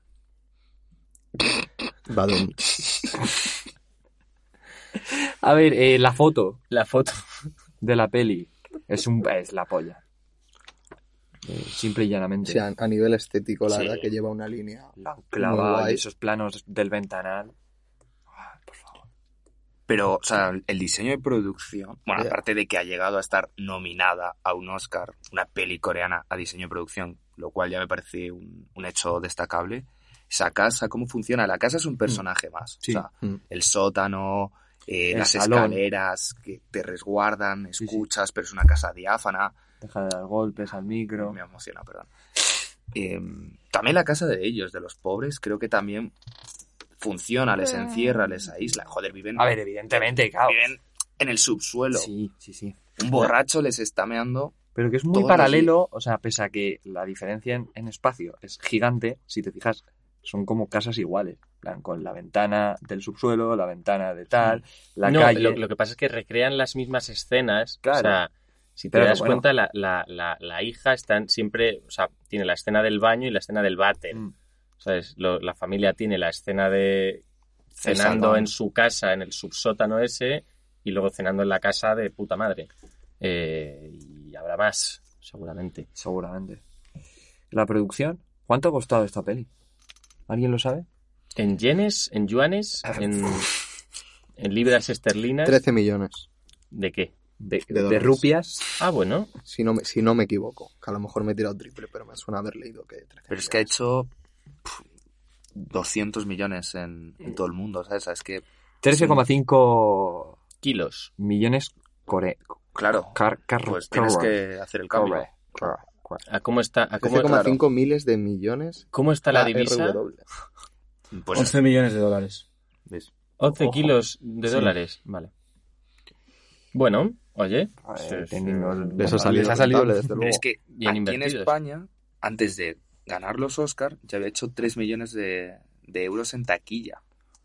Speaker 4: Badum.
Speaker 1: A ver, eh, la foto
Speaker 3: la foto.
Speaker 1: de la peli es, un, es la polla. Eh, simple y
Speaker 4: O
Speaker 1: llanamente.
Speaker 4: sea, a nivel estético, la
Speaker 3: Sí.
Speaker 4: verdad que lleva una línea.
Speaker 1: la han
Speaker 4: Muy
Speaker 1: clavado
Speaker 4: guay.
Speaker 1: y esos planos del ventanal. Ah, Por favor.
Speaker 2: Pero, o sea, el diseño de producción, bueno,
Speaker 4: Ya.
Speaker 2: aparte de que ha llegado a estar nominada a un Oscar, una peli coreana a diseño de producción, lo cual ya me parece un, un hecho destacable. Esa casa, ¿cómo funciona? La casa es un personaje más.
Speaker 1: Mm. Sí.
Speaker 2: O sea,
Speaker 4: Mm.
Speaker 2: el sótano, eh,
Speaker 1: El
Speaker 2: las
Speaker 1: salón.
Speaker 2: escaleras que te resguardan,
Speaker 1: sí.
Speaker 2: escuchas, pero es una casa diáfana.
Speaker 1: Deja de dar golpes al micro.
Speaker 2: Me emociona, perdón. Eh, también la casa de ellos, de los pobres, creo que también funciona, les encierra, les aísla. Joder, viven,
Speaker 1: A ver, evidentemente, claro.
Speaker 2: viven en el subsuelo.
Speaker 1: Oh. Sí, sí, sí.
Speaker 2: Un borracho les está meando.
Speaker 1: Pero que es muy
Speaker 2: Todos los
Speaker 1: paralelo, o sea, pese a que la diferencia en, en espacio es gigante, si te fijas, son como casas iguales. en plan, con la ventana del subsuelo, la ventana de
Speaker 2: Mm.
Speaker 1: tal, la
Speaker 3: no,
Speaker 1: calle.
Speaker 3: Lo, lo que pasa es que recrean las mismas escenas.
Speaker 1: Claro.
Speaker 3: O sea, si te
Speaker 1: Pero
Speaker 3: das
Speaker 1: bueno.
Speaker 3: cuenta, la, la, la, la hija están siempre, o sea, tiene la escena del baño y la escena del váter.
Speaker 1: Mm.
Speaker 3: ¿Sabes? Lo- la familia tiene la escena de cenando
Speaker 2: salón.
Speaker 3: en su casa, en el subsótano ese, y luego cenando en la casa de puta madre. Eh, y habrá más, seguramente.
Speaker 1: Seguramente. La producción. ¿Cuánto ha costado esta peli? ¿Alguien lo sabe?
Speaker 3: En yenes,
Speaker 1: Ah.
Speaker 3: en yuanes, en, en libras esterlinas.
Speaker 4: 13 millones.
Speaker 3: ¿De qué?
Speaker 1: de,
Speaker 4: De
Speaker 1: de
Speaker 4: dólares.
Speaker 1: rupias.
Speaker 3: Ah, bueno.
Speaker 4: Si no, me, si no me equivoco, que a lo mejor me he tirado triple, pero me suena haber leído que... 13
Speaker 2: Pero es que ha
Speaker 4: millones.
Speaker 2: hecho pf, 200 millones en, en todo el mundo, ¿sabes? Es que,
Speaker 1: 13,5
Speaker 3: Kilos.
Speaker 1: millones core,
Speaker 2: claro,
Speaker 1: car, carro-
Speaker 2: pues tienes
Speaker 1: corre-
Speaker 2: que hacer el cambio.
Speaker 1: corre- corre- corre.
Speaker 3: ¿A cómo está, a cómo,
Speaker 4: 13,5 miles de millones.
Speaker 3: cómo está la
Speaker 4: Ah,
Speaker 3: divisa?
Speaker 4: RW.
Speaker 2: Pues,
Speaker 5: 11 millones de dólares.
Speaker 1: *laughs*
Speaker 2: ¿ves?
Speaker 3: 11
Speaker 1: Ojo.
Speaker 3: kilos de
Speaker 5: Sí.
Speaker 3: dólares. Vale. Bueno, oye.
Speaker 1: A ver,
Speaker 3: Sí, sí.
Speaker 1: teniendo-
Speaker 4: Les ha salido
Speaker 1: les ha salido
Speaker 4: rentable, desde
Speaker 2: Pero
Speaker 4: luego.
Speaker 2: es que
Speaker 3: Bien
Speaker 2: aquí
Speaker 3: invertidos.
Speaker 2: en España, antes de ganar los Oscars, ya había hecho 3 millones de, de euros en taquilla.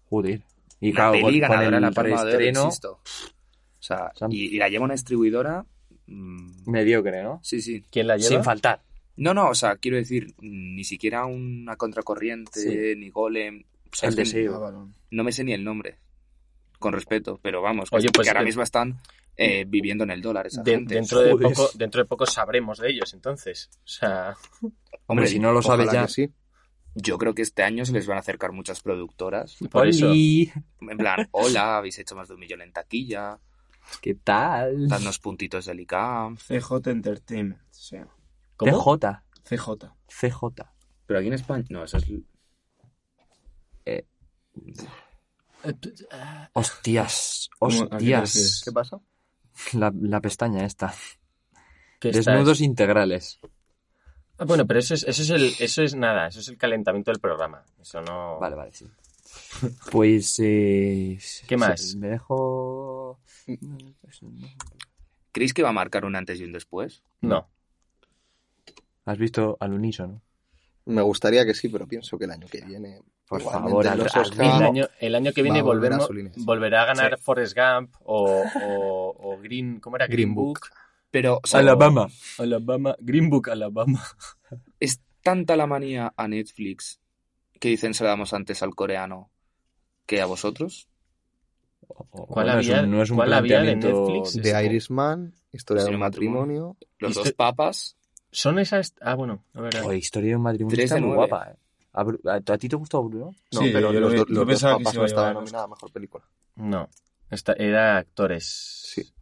Speaker 1: Joder. Y
Speaker 2: Una
Speaker 1: claro,
Speaker 2: peli
Speaker 1: con, con
Speaker 2: ganadora en
Speaker 1: el
Speaker 2: la Palma de Oro,
Speaker 1: reestreno
Speaker 2: insisto. O sea,
Speaker 1: Sam-
Speaker 2: y, y la lleva una distribuidora... mm,
Speaker 1: mediocre, ¿no?
Speaker 2: sí, sí.
Speaker 3: ¿Quién la
Speaker 1: Sin
Speaker 3: lleva?
Speaker 1: faltar.
Speaker 2: No, no, o sea, quiero decir, mm, ni siquiera una contracorriente,
Speaker 1: Sí.
Speaker 2: ni golem... O sea,
Speaker 1: El
Speaker 2: es que
Speaker 1: deseo.
Speaker 5: Avalon.
Speaker 2: No me sé ni el nombre, con respeto, pero vamos, que,
Speaker 3: Oye, pues
Speaker 2: que ahora
Speaker 3: de-
Speaker 2: mismo están eh, viviendo en el dólar esa
Speaker 3: De-
Speaker 2: gente.
Speaker 3: dentro, de
Speaker 1: Joder.
Speaker 3: poco, dentro de poco sabremos de ellos, entonces. O sea,
Speaker 1: Hombre, si no lo
Speaker 4: Ojalá
Speaker 1: sabes ya.
Speaker 4: que sí.
Speaker 2: Yo creo que este año se les van a acercar muchas productoras.
Speaker 3: por eso.
Speaker 1: ¡Oli!
Speaker 2: En
Speaker 3: *laughs*
Speaker 2: plan, hola, habéis hecho más de un millón en taquilla,
Speaker 1: ¿Qué tal?
Speaker 2: dadnos puntitos del ICAM.
Speaker 5: CJ Entertainment. o sea,
Speaker 3: ¿Cómo?
Speaker 1: TJ.
Speaker 5: CJ.
Speaker 1: CJ.
Speaker 2: Pero aquí en España, no, eso es...
Speaker 3: Eh,
Speaker 1: Hostias.
Speaker 5: ¿Cómo- a qué te
Speaker 1: Hostias.
Speaker 5: refieres?
Speaker 4: ¿Qué pasa?
Speaker 1: La, la pestaña esta.
Speaker 3: Que estás-
Speaker 1: Desnudos integrales.
Speaker 3: Ah, bueno, pero eso es, eso, es el, eso es nada, eso es el calentamiento del programa. Eso no...
Speaker 1: Vale, vale, sí. Pues. eh,
Speaker 3: ¿Qué más?
Speaker 1: Me dejo.
Speaker 2: ¿Creéis que va a marcar un antes y un después?
Speaker 3: No.
Speaker 1: Has visto al unísono.
Speaker 4: Me gustaría que sí, pero pienso que el año que viene...
Speaker 1: Por
Speaker 4: igualmente
Speaker 1: favor,
Speaker 4: en los
Speaker 1: al-
Speaker 4: Oscar-
Speaker 1: al-
Speaker 3: El año, el año que viene
Speaker 4: Va a volver a
Speaker 3: volvemos-
Speaker 4: su línea, sí.
Speaker 3: volverá a ganar Forrest Gump o, o- o Green... ¿Cómo era?
Speaker 4: Green Book.
Speaker 2: Pero, o sea,
Speaker 1: Alabama.
Speaker 3: Alabama. Green Book, Alabama.
Speaker 2: es tanta la manía a Netflix que dicen se la damos antes al coreano que a vosotros.
Speaker 3: ¿Cuál
Speaker 1: Bueno,
Speaker 3: había-
Speaker 1: es un- no es un
Speaker 3: cuál había de
Speaker 1: planteamiento-
Speaker 3: Netflix?
Speaker 4: The Irishman, Historia de
Speaker 2: Sí,
Speaker 4: un matrimonio...
Speaker 2: Los
Speaker 3: Y
Speaker 2: dos
Speaker 3: se-
Speaker 2: papas,
Speaker 3: Son esas... Ah, bueno, la verdad.
Speaker 1: Joder, historia de un matrimonio
Speaker 2: Tres
Speaker 1: está
Speaker 2: de
Speaker 1: muy
Speaker 2: nueve.
Speaker 1: guapa, eh. ¿A, Bru- a- a ti te gustó Bruno?
Speaker 4: No,
Speaker 5: Sí,
Speaker 4: pero
Speaker 5: yo
Speaker 4: los,
Speaker 5: vi-
Speaker 4: do-
Speaker 5: yo
Speaker 4: los dos
Speaker 5: pensaba que
Speaker 4: papas
Speaker 5: se
Speaker 4: no
Speaker 5: iba a
Speaker 4: estaba
Speaker 5: llevar el
Speaker 4: nominada a Mejor Película.
Speaker 3: No. Esta era actores.
Speaker 4: Sí.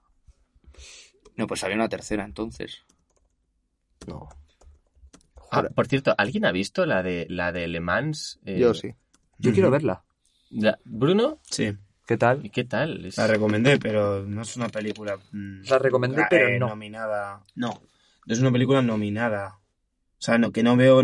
Speaker 2: no, pues había una tercera entonces.
Speaker 4: No.
Speaker 3: Ah,
Speaker 4: Jura.
Speaker 3: por cierto, ¿alguien ha visto la de la de Le Mans? Eh,
Speaker 4: Yo sí.
Speaker 1: Yo quiero
Speaker 5: Ujú.
Speaker 1: verla.
Speaker 3: la- Bruno,
Speaker 5: Sí,
Speaker 1: ¿Qué
Speaker 3: ¿y
Speaker 1: tal?
Speaker 3: qué tal? Es-
Speaker 5: la recomendé, pero no es una película. mm,
Speaker 1: La recomendé,
Speaker 5: eh,
Speaker 1: pero no.
Speaker 5: Nominada. No, no es una película nominada. O sea, no, que no veo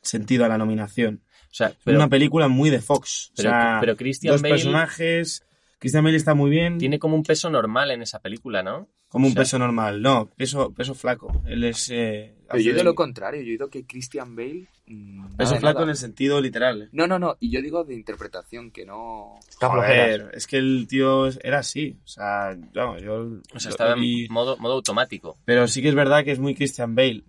Speaker 5: sentido a la nominación.
Speaker 3: o sea,
Speaker 5: Es
Speaker 3: pero,
Speaker 5: una película muy de Fox. O
Speaker 3: pero,
Speaker 5: sea,
Speaker 3: pero Christian
Speaker 5: dos
Speaker 3: Bale
Speaker 5: personajes. Christian Bale está muy bien.
Speaker 3: tiene como un peso normal en esa película, ¿no?
Speaker 5: Como un
Speaker 3: O sea-
Speaker 5: peso normal. No, peso, peso flaco. Él es. eh,
Speaker 2: Pero yo he
Speaker 5: hace
Speaker 2: oído
Speaker 5: de-
Speaker 2: lo contrario, yo he oído que Christian Bale... mm, nada
Speaker 5: Peso
Speaker 2: de
Speaker 5: flaco
Speaker 2: nada.
Speaker 5: en el sentido literal.
Speaker 2: No, no, no, y yo digo de interpretación, que no...
Speaker 1: Está flojera.
Speaker 5: Joder, es que el tío es- era así. O sea, no, yo.
Speaker 3: O sea,
Speaker 5: lo-
Speaker 3: estaba
Speaker 5: lo
Speaker 3: en
Speaker 5: vi-
Speaker 3: modo, modo automático.
Speaker 5: Pero sí que es verdad que es muy Christian Bale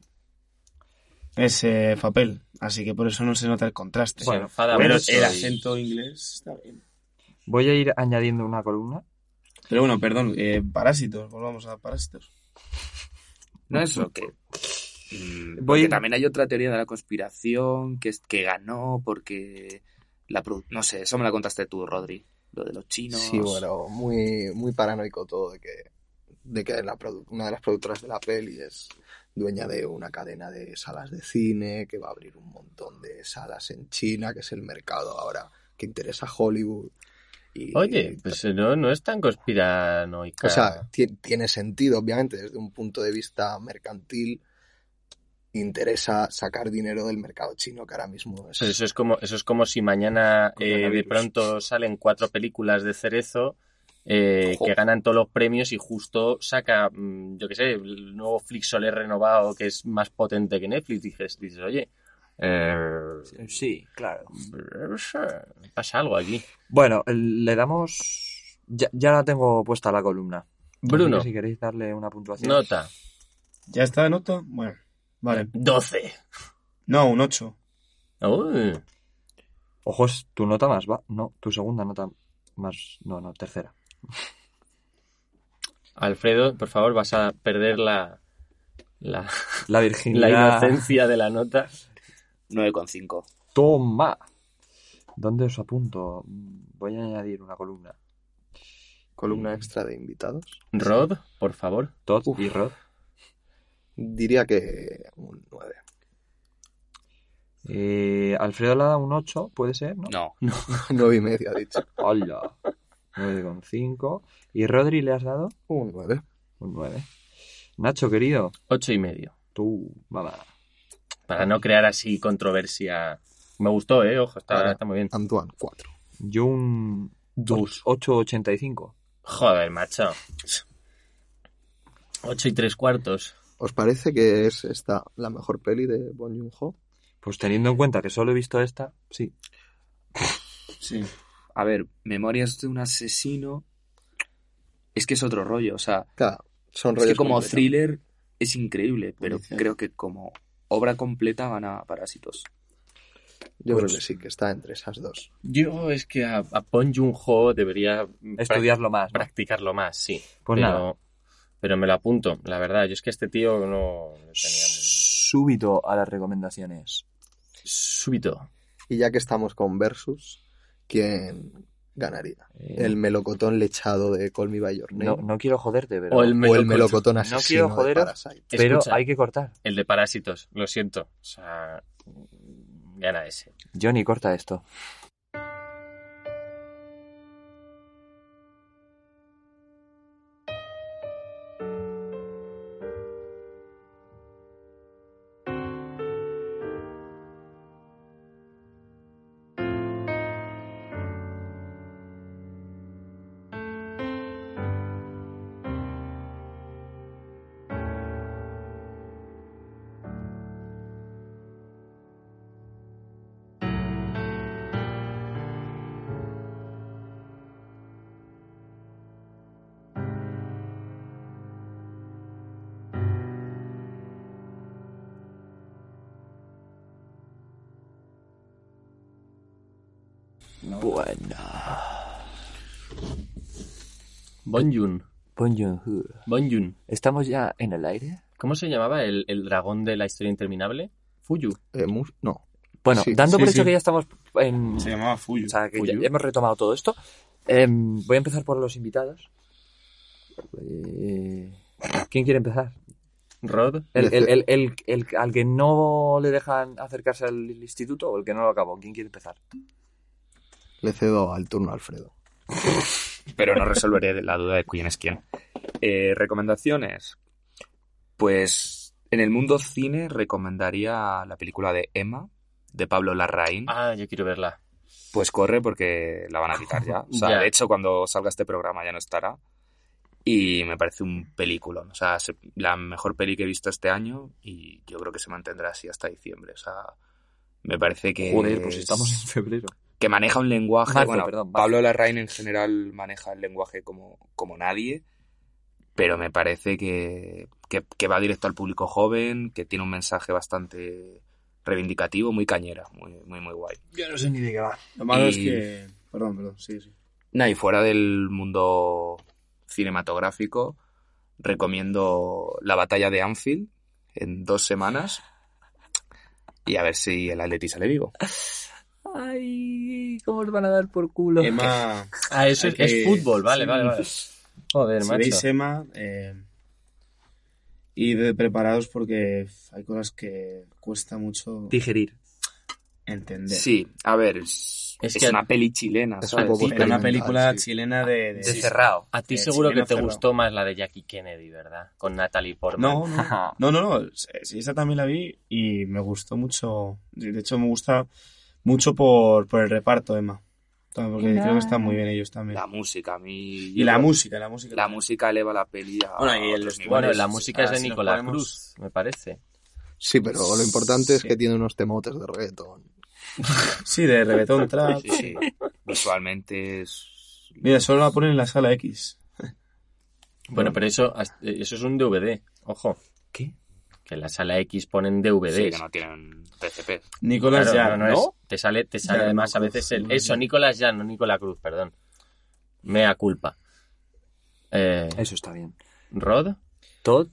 Speaker 5: ese papel, así que por eso no se nota el contraste.
Speaker 3: Se
Speaker 1: Bueno,
Speaker 3: enfada
Speaker 5: pero
Speaker 3: mucho
Speaker 5: el
Speaker 3: y-
Speaker 5: acento inglés está bien.
Speaker 1: Voy a ir añadiendo una columna.
Speaker 5: Pero bueno, perdón, eh, Parásitos, volvamos a Parásitos.
Speaker 2: No es lo que. Mm,
Speaker 1: Voy-
Speaker 2: Porque también hay otra teoría de la conspiración que es que ganó porque la produ- no sé, eso me la contaste tú, Rodri, lo de los chinos.
Speaker 4: Sí, bueno, muy, muy paranoico todo de que, de que la produ- una de las productoras de la peli es dueña de una cadena de salas de cine, que va a abrir un montón de salas en China, que es el mercado ahora que interesa a Hollywood. Y,
Speaker 3: Oye, pues ah. eh, no, no es tan conspiranoica.
Speaker 4: O sea, ti- tiene sentido, obviamente, desde un punto de vista mercantil. Interesa sacar dinero del mercado chino, que ahora mismo es...
Speaker 3: Pues eso, es como, eso es como si mañana eh, de
Speaker 4: Coronavirus.
Speaker 3: pronto salen cuatro películas de Cerezo eh,
Speaker 2: Ojo.
Speaker 3: que ganan todos los premios y justo saca, mm, yo qué sé, el nuevo Flixolé renovado que es más potente que Netflix. Dices, dices oye, eh,
Speaker 1: Sí, claro.
Speaker 3: pasa algo aquí.
Speaker 5: Pues
Speaker 1: Bueno, el- le damos. Ya, ya la tengo puesta la columna.
Speaker 3: Bruno,
Speaker 1: Así que si queréis darle una puntuación.
Speaker 3: nota.
Speaker 5: ¿Ya está nota? Bueno, vale.
Speaker 3: 12.
Speaker 5: No, un 8.
Speaker 3: Uy,
Speaker 1: Ojo, es tu nota más, va. No, tu segunda nota más. No, no, tercera.
Speaker 3: Alfredo, por favor, vas a perder la,
Speaker 1: *laughs*
Speaker 3: la,
Speaker 1: La
Speaker 3: la
Speaker 1: virginidad.
Speaker 3: inocencia de la nota.
Speaker 2: 9,5.
Speaker 1: Toma. ¿Dónde os apunto? Voy a añadir una columna.
Speaker 3: mm.
Speaker 4: columna extra de invitados.
Speaker 3: Rod, por favor.
Speaker 1: Todd y Rod.
Speaker 4: Diría que un *laughs* 9.
Speaker 1: Eh, Alfredo le ha dado un 8, puede ser,
Speaker 3: *laughs*
Speaker 1: ¿no?
Speaker 2: No,
Speaker 4: 9 y medio, ha dicho.
Speaker 1: Hola. 9,5. ¿Y Rodri le has dado?
Speaker 4: Un 9.
Speaker 1: Un 9. Nacho, querido,
Speaker 3: Ocho y medio.
Speaker 1: tú, mamá.
Speaker 3: Para no crear así controversia. Me gustó, ¿eh? Ojo, está,
Speaker 4: Vale.
Speaker 3: está muy bien.
Speaker 4: Antoine, 4.
Speaker 1: Yo un 8,85.
Speaker 3: Joder, macho. Ocho y tres cuartos.
Speaker 4: ¿Os parece que es esta la mejor peli de Bon Joon-ho?
Speaker 1: Pues teniendo en cuenta que solo he visto esta, sí.
Speaker 5: Sí.
Speaker 2: a ver, Memorias de un asesino es que es otro rollo, o sea,
Speaker 4: Claro,
Speaker 2: es
Speaker 4: son
Speaker 2: que
Speaker 4: rollos
Speaker 2: como
Speaker 4: completos.
Speaker 2: thriller es increíble, pero
Speaker 5: Policial.
Speaker 2: creo que como obra completa gana Parásitos.
Speaker 4: Yo
Speaker 1: Pues-
Speaker 4: creo que sí, que está entre esas dos.
Speaker 3: Yo es que a, a Pon Jung Ho debería
Speaker 1: Estudiarlo más. ¿no?
Speaker 3: practicarlo más, sí.
Speaker 1: Pues
Speaker 3: pero,
Speaker 1: nada.
Speaker 3: pero me lo apunto, la verdad. Yo es que este tío no lo tenía muy
Speaker 1: Súbito a las recomendaciones.
Speaker 3: súbito.
Speaker 4: Y ya que estamos con Versus, ¿quién ganaría?
Speaker 1: Eh,
Speaker 4: El melocotón lechado de Call Me By Your Name.
Speaker 1: no, no quiero joderte, pero,
Speaker 3: O el
Speaker 4: o el
Speaker 3: melocotón.
Speaker 4: melocotón
Speaker 1: No
Speaker 4: asesino
Speaker 1: quiero joderos.
Speaker 4: de Parasite.
Speaker 1: pero
Speaker 3: Escucha,
Speaker 1: hay que cortar.
Speaker 3: el de parásitos, lo siento. O sea, gana ese.
Speaker 1: Johnny, corta esto. Bueno.
Speaker 3: Bon Jun.
Speaker 1: Bong Joon-ho.
Speaker 3: Bon Jun.
Speaker 1: ¿Estamos ya en el aire?
Speaker 3: ¿Cómo se llamaba el, el dragón de la historia interminable? Fuyu.
Speaker 4: Eh, Mus- no.
Speaker 1: Bueno,
Speaker 4: Sí,
Speaker 1: dando por
Speaker 5: sí,
Speaker 1: hecho
Speaker 5: sí.
Speaker 1: que ya estamos en...
Speaker 5: Se llamaba Fuyu.
Speaker 1: O sea, que ya
Speaker 3: Fuyu.
Speaker 1: hemos retomado todo esto. Em, voy a empezar por los invitados. Eh, ¿Quién quiere empezar?
Speaker 3: Rod.
Speaker 4: Este
Speaker 1: El, el- el- el- el- al que no le dejan acercarse al instituto o el que no lo acabó. ¿Quién quiere empezar?
Speaker 4: Le cedo al turno a Alfredo.
Speaker 2: pero no resolveré *laughs* la duda de quién es quién. Eh, ¿Recomendaciones? Pues en el mundo cine recomendaría la película de Emma, de Pablo Larraín.
Speaker 3: Ah, yo quiero verla.
Speaker 2: Pues corre porque la van a quitar ya. O sea,
Speaker 3: Ya.
Speaker 2: de hecho, cuando salga este programa ya no estará. Y me parece un peliculón. O sea, se- la mejor peli que he visto este año y yo creo que se mantendrá así hasta diciembre. O sea, me parece que...
Speaker 1: Joder, pues
Speaker 2: es-
Speaker 1: estamos en febrero.
Speaker 2: que maneja un lenguaje.
Speaker 1: Marzo,
Speaker 2: bueno,
Speaker 1: perdón, marzo.
Speaker 2: Pablo Larraín en general maneja el lenguaje como, como nadie, pero me parece que, que, que va directo al público joven, que tiene un mensaje bastante reivindicativo, muy cañera, muy, muy, muy guay.
Speaker 5: Yo no sé ni de qué va. Lo malo es
Speaker 2: Y-
Speaker 5: que. Perdón, perdón, sí, sí.
Speaker 2: Nah, y fuera del mundo cinematográfico, recomiendo la batalla de Anfield en dos semanas y a ver si el Atleti sale vivo.
Speaker 1: Ay, ¿cómo os van a dar por culo?
Speaker 5: Emma.
Speaker 3: Ah, eso es,
Speaker 5: Hay que-
Speaker 3: es fútbol, vale,
Speaker 5: sí.
Speaker 3: vale, vale. Joder,
Speaker 5: Si
Speaker 3: macho.
Speaker 5: veis Emma, eh, id preparados porque hay cosas que cuesta mucho
Speaker 1: Digerir.
Speaker 5: entender.
Speaker 2: Sí, a ver, es,
Speaker 3: Es
Speaker 2: es
Speaker 3: que-
Speaker 2: una peli chilena,
Speaker 4: Es un
Speaker 2: ¿sabes?
Speaker 4: poco
Speaker 5: Sí, Era una
Speaker 4: experimental,
Speaker 5: película
Speaker 4: sí.
Speaker 5: chilena de. de-
Speaker 1: De cerrado.
Speaker 3: A ti
Speaker 5: Eh,
Speaker 3: seguro
Speaker 5: sí,
Speaker 3: que
Speaker 5: no
Speaker 3: te
Speaker 5: cerrado.
Speaker 3: gustó más la de Jackie Kennedy, ¿verdad? Con Natalie Portman.
Speaker 5: No, no. *laughs* No, no, no. Sí, esa también la vi y me gustó mucho. De hecho, me gusta mucho por, por el reparto, Emma. Porque creo que están muy bien ellos también.
Speaker 2: La música, a mí...
Speaker 5: y la música, la música.
Speaker 2: La
Speaker 5: también.
Speaker 2: música eleva la peli a
Speaker 5: Bueno, y el
Speaker 2: otros
Speaker 5: vestuario,
Speaker 3: Bueno,
Speaker 2: niveles.
Speaker 3: la
Speaker 5: sí,
Speaker 3: música
Speaker 5: ah,
Speaker 3: es de
Speaker 5: si nos
Speaker 3: Nicolás
Speaker 5: ponemos-
Speaker 3: Cruz, me parece.
Speaker 4: Sí, pero lo importante es
Speaker 5: Sí.
Speaker 4: que tiene unos temotes de reggaetón.
Speaker 5: Sí, de reggaetón trap.
Speaker 2: Sí, sí. Visualmente es...
Speaker 5: Mira, solo la ponen en la sala X.
Speaker 3: Bueno, pero eso, eh, eso es un DVD, ojo.
Speaker 1: ¿Qué?
Speaker 3: Que en la sala X ponen DVDs.
Speaker 2: Sí, que no tienen TCP.
Speaker 5: Nicolás
Speaker 3: Claro,
Speaker 5: ya,
Speaker 3: no, no es- te sale, te sale
Speaker 5: Ya,
Speaker 3: además
Speaker 5: no,
Speaker 3: a
Speaker 5: Cruz,
Speaker 3: veces el.
Speaker 5: Nicolás
Speaker 3: Eso,
Speaker 5: Jan.
Speaker 3: Nicolás Jan, no Nicolás Cruz, perdón. Mea culpa. Eh,
Speaker 1: Eso está bien.
Speaker 3: Rod,
Speaker 1: Todd,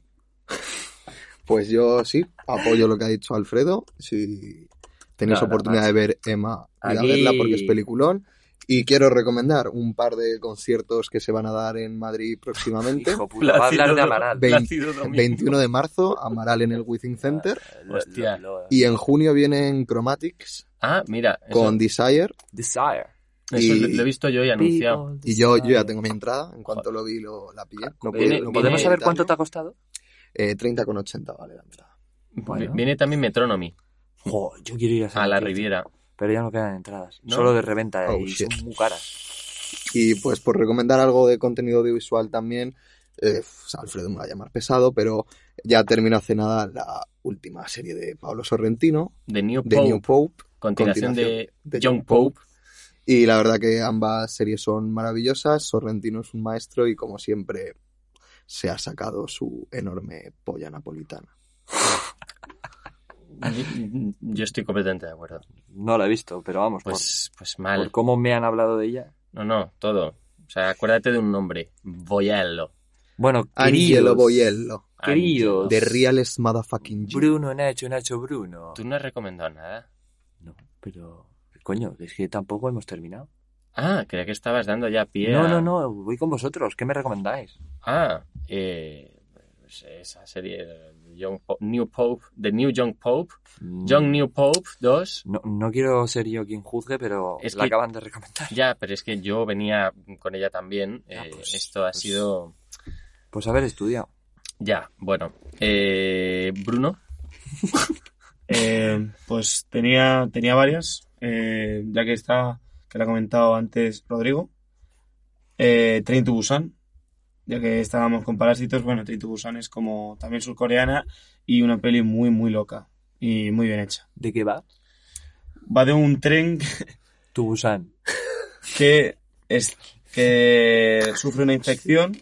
Speaker 4: Pues yo sí, apoyo lo que ha dicho Alfredo. Si tenéis
Speaker 1: Nada
Speaker 4: oportunidad de ver Emma, id a
Speaker 1: Aquí-
Speaker 4: verla porque es peliculón. Y quiero recomendar un par de conciertos que se van a dar en Madrid próximamente.
Speaker 1: Hijo puta, va a hablar de
Speaker 3: Plácido
Speaker 1: Amaral.
Speaker 4: Ve-
Speaker 3: Plácido Domingo.
Speaker 4: 21 de marzo, Amaral en el Within Center.
Speaker 1: Lo-
Speaker 3: Hostia.
Speaker 1: lo- lo-
Speaker 4: Y en junio vienen Chromatics
Speaker 3: Ah, mira, eso,
Speaker 4: con Desire.
Speaker 1: Desire.
Speaker 3: eso
Speaker 4: y-
Speaker 3: lo he visto yo y anunciado.
Speaker 4: Y yo, yo ya tengo mi entrada. En cuanto lo vi, lo, la pillé. No pude-
Speaker 1: Ah. Viene-
Speaker 4: no pude
Speaker 1: ¿Podemos saber
Speaker 4: evitarlo.
Speaker 1: cuánto te ha costado?
Speaker 4: Eh, 30,80 vale la entrada.
Speaker 3: Vi-
Speaker 1: Bueno.
Speaker 3: Viene también Metronomy
Speaker 1: Jo, yo quiero ir a, ese
Speaker 3: a la
Speaker 1: concierto,
Speaker 3: Riviera.
Speaker 1: Pero ya no quedan entradas.
Speaker 3: ¿No?
Speaker 1: Solo de reventa eh,
Speaker 4: Oh,
Speaker 1: y
Speaker 4: shit.
Speaker 1: son muy caras.
Speaker 4: Y pues por recomendar algo de contenido audiovisual también, eh, Alfredo me va a llamar pesado, pero ya terminó hace nada la última serie de Pablo Sorrentino,
Speaker 3: The New
Speaker 4: de
Speaker 3: Pope,
Speaker 4: New Pope,
Speaker 3: continuación,
Speaker 4: continuación
Speaker 3: de,
Speaker 4: de
Speaker 3: John
Speaker 4: Young Pope.
Speaker 3: Pope.
Speaker 4: y la verdad que ambas series son maravillosas, Sorrentino es un maestro y como siempre se ha sacado su enorme polla napolitana.
Speaker 3: Yo- Yo estoy completamente de acuerdo.
Speaker 1: No la he visto, pero vamos, por-
Speaker 3: Pues, pues
Speaker 1: por,
Speaker 3: mal.
Speaker 1: cómo me han hablado de ella.
Speaker 3: No, no, todo. O sea, acuérdate de un nombre. Voyello.
Speaker 1: Bueno,
Speaker 4: Angelo
Speaker 1: queridos,
Speaker 4: Boyello,
Speaker 1: Queridos.
Speaker 4: The Realest Motherfucking G.
Speaker 1: Bruno, Nacho, Nacho, Bruno.
Speaker 3: Tú no has recomendado nada.
Speaker 1: No, pero... Coño, es que tampoco hemos terminado.
Speaker 3: Ah, creía que estabas dando ya pie.
Speaker 1: No,
Speaker 3: a-
Speaker 1: no, no, voy con vosotros. ¿Qué me recomendáis?
Speaker 3: Ah, eh, pues esa serie, eh, Young Po- New Pope, The New Young Pope,
Speaker 1: Mm,
Speaker 3: Young New Pope 2.
Speaker 1: No, no quiero ser yo quien juzgue, pero
Speaker 3: Es
Speaker 1: la
Speaker 3: que-
Speaker 1: acaban de recomendar.
Speaker 3: Ya, pero es que yo venía con ella también.
Speaker 1: Ah,
Speaker 3: eh,
Speaker 1: pues-
Speaker 3: esto ha
Speaker 1: pues-
Speaker 3: sido.
Speaker 1: Pues haber estudiado.
Speaker 3: Ya, bueno. Eh, Bruno,
Speaker 5: Eh, pues tenía, tenía varias, eh, ya que está, que la ha comentado antes Rodrigo. Eh, Train to Busan, ya que estábamos con Parásitos, bueno, Train to Busan es como también surcoreana y una peli muy, muy loca y muy bien hecha.
Speaker 1: ¿De qué va?
Speaker 5: Va de un tren
Speaker 1: Tu Busan.
Speaker 5: que, es, que sufre una infección,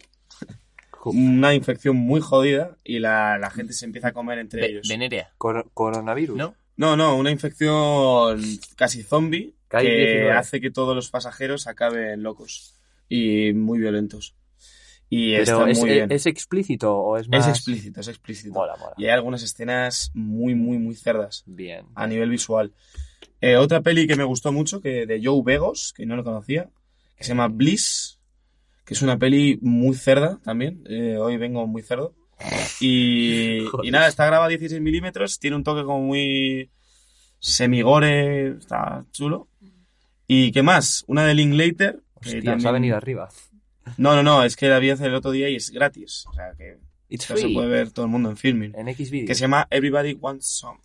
Speaker 5: una infección muy jodida y la, la gente se empieza a comer entre
Speaker 3: Ve-
Speaker 5: ellos.
Speaker 3: Venerea,
Speaker 1: Cor- coronavirus.
Speaker 3: ¿no?
Speaker 5: No, no, una infección casi zombie
Speaker 1: Que hay
Speaker 5: que
Speaker 1: 19.
Speaker 5: hace que todos los pasajeros acaben locos y muy violentos. Y
Speaker 1: Pero
Speaker 5: está
Speaker 1: es,
Speaker 5: muy
Speaker 1: es-
Speaker 5: bien.
Speaker 1: es explícito o es
Speaker 5: Es
Speaker 1: más.
Speaker 5: explícito, es explícito.
Speaker 1: Mola, mola.
Speaker 5: Y hay algunas escenas muy, muy, muy cerdas
Speaker 1: Bien.
Speaker 5: a nivel visual. Eh, otra peli que me gustó mucho, que de Joe Begos, que no lo conocía, que se llama Bliss, que es una peli muy cerda también. Eh, hoy vengo muy cerdo. Y,
Speaker 1: Joder.
Speaker 5: y nada, está grabada a 16 milímetros, tiene un toque como muy semigore, está chulo. ¿Y qué más? Una de Linklater. que
Speaker 1: Hostia, se ha
Speaker 5: también-
Speaker 1: venido arriba.
Speaker 5: No, no, no, es que la vi hace el otro día y es gratis. O sea, que
Speaker 1: It's
Speaker 5: no se
Speaker 1: free.
Speaker 5: puede ver todo el mundo en filming.
Speaker 1: En X video.
Speaker 5: Que se llama Everybody Wants Some.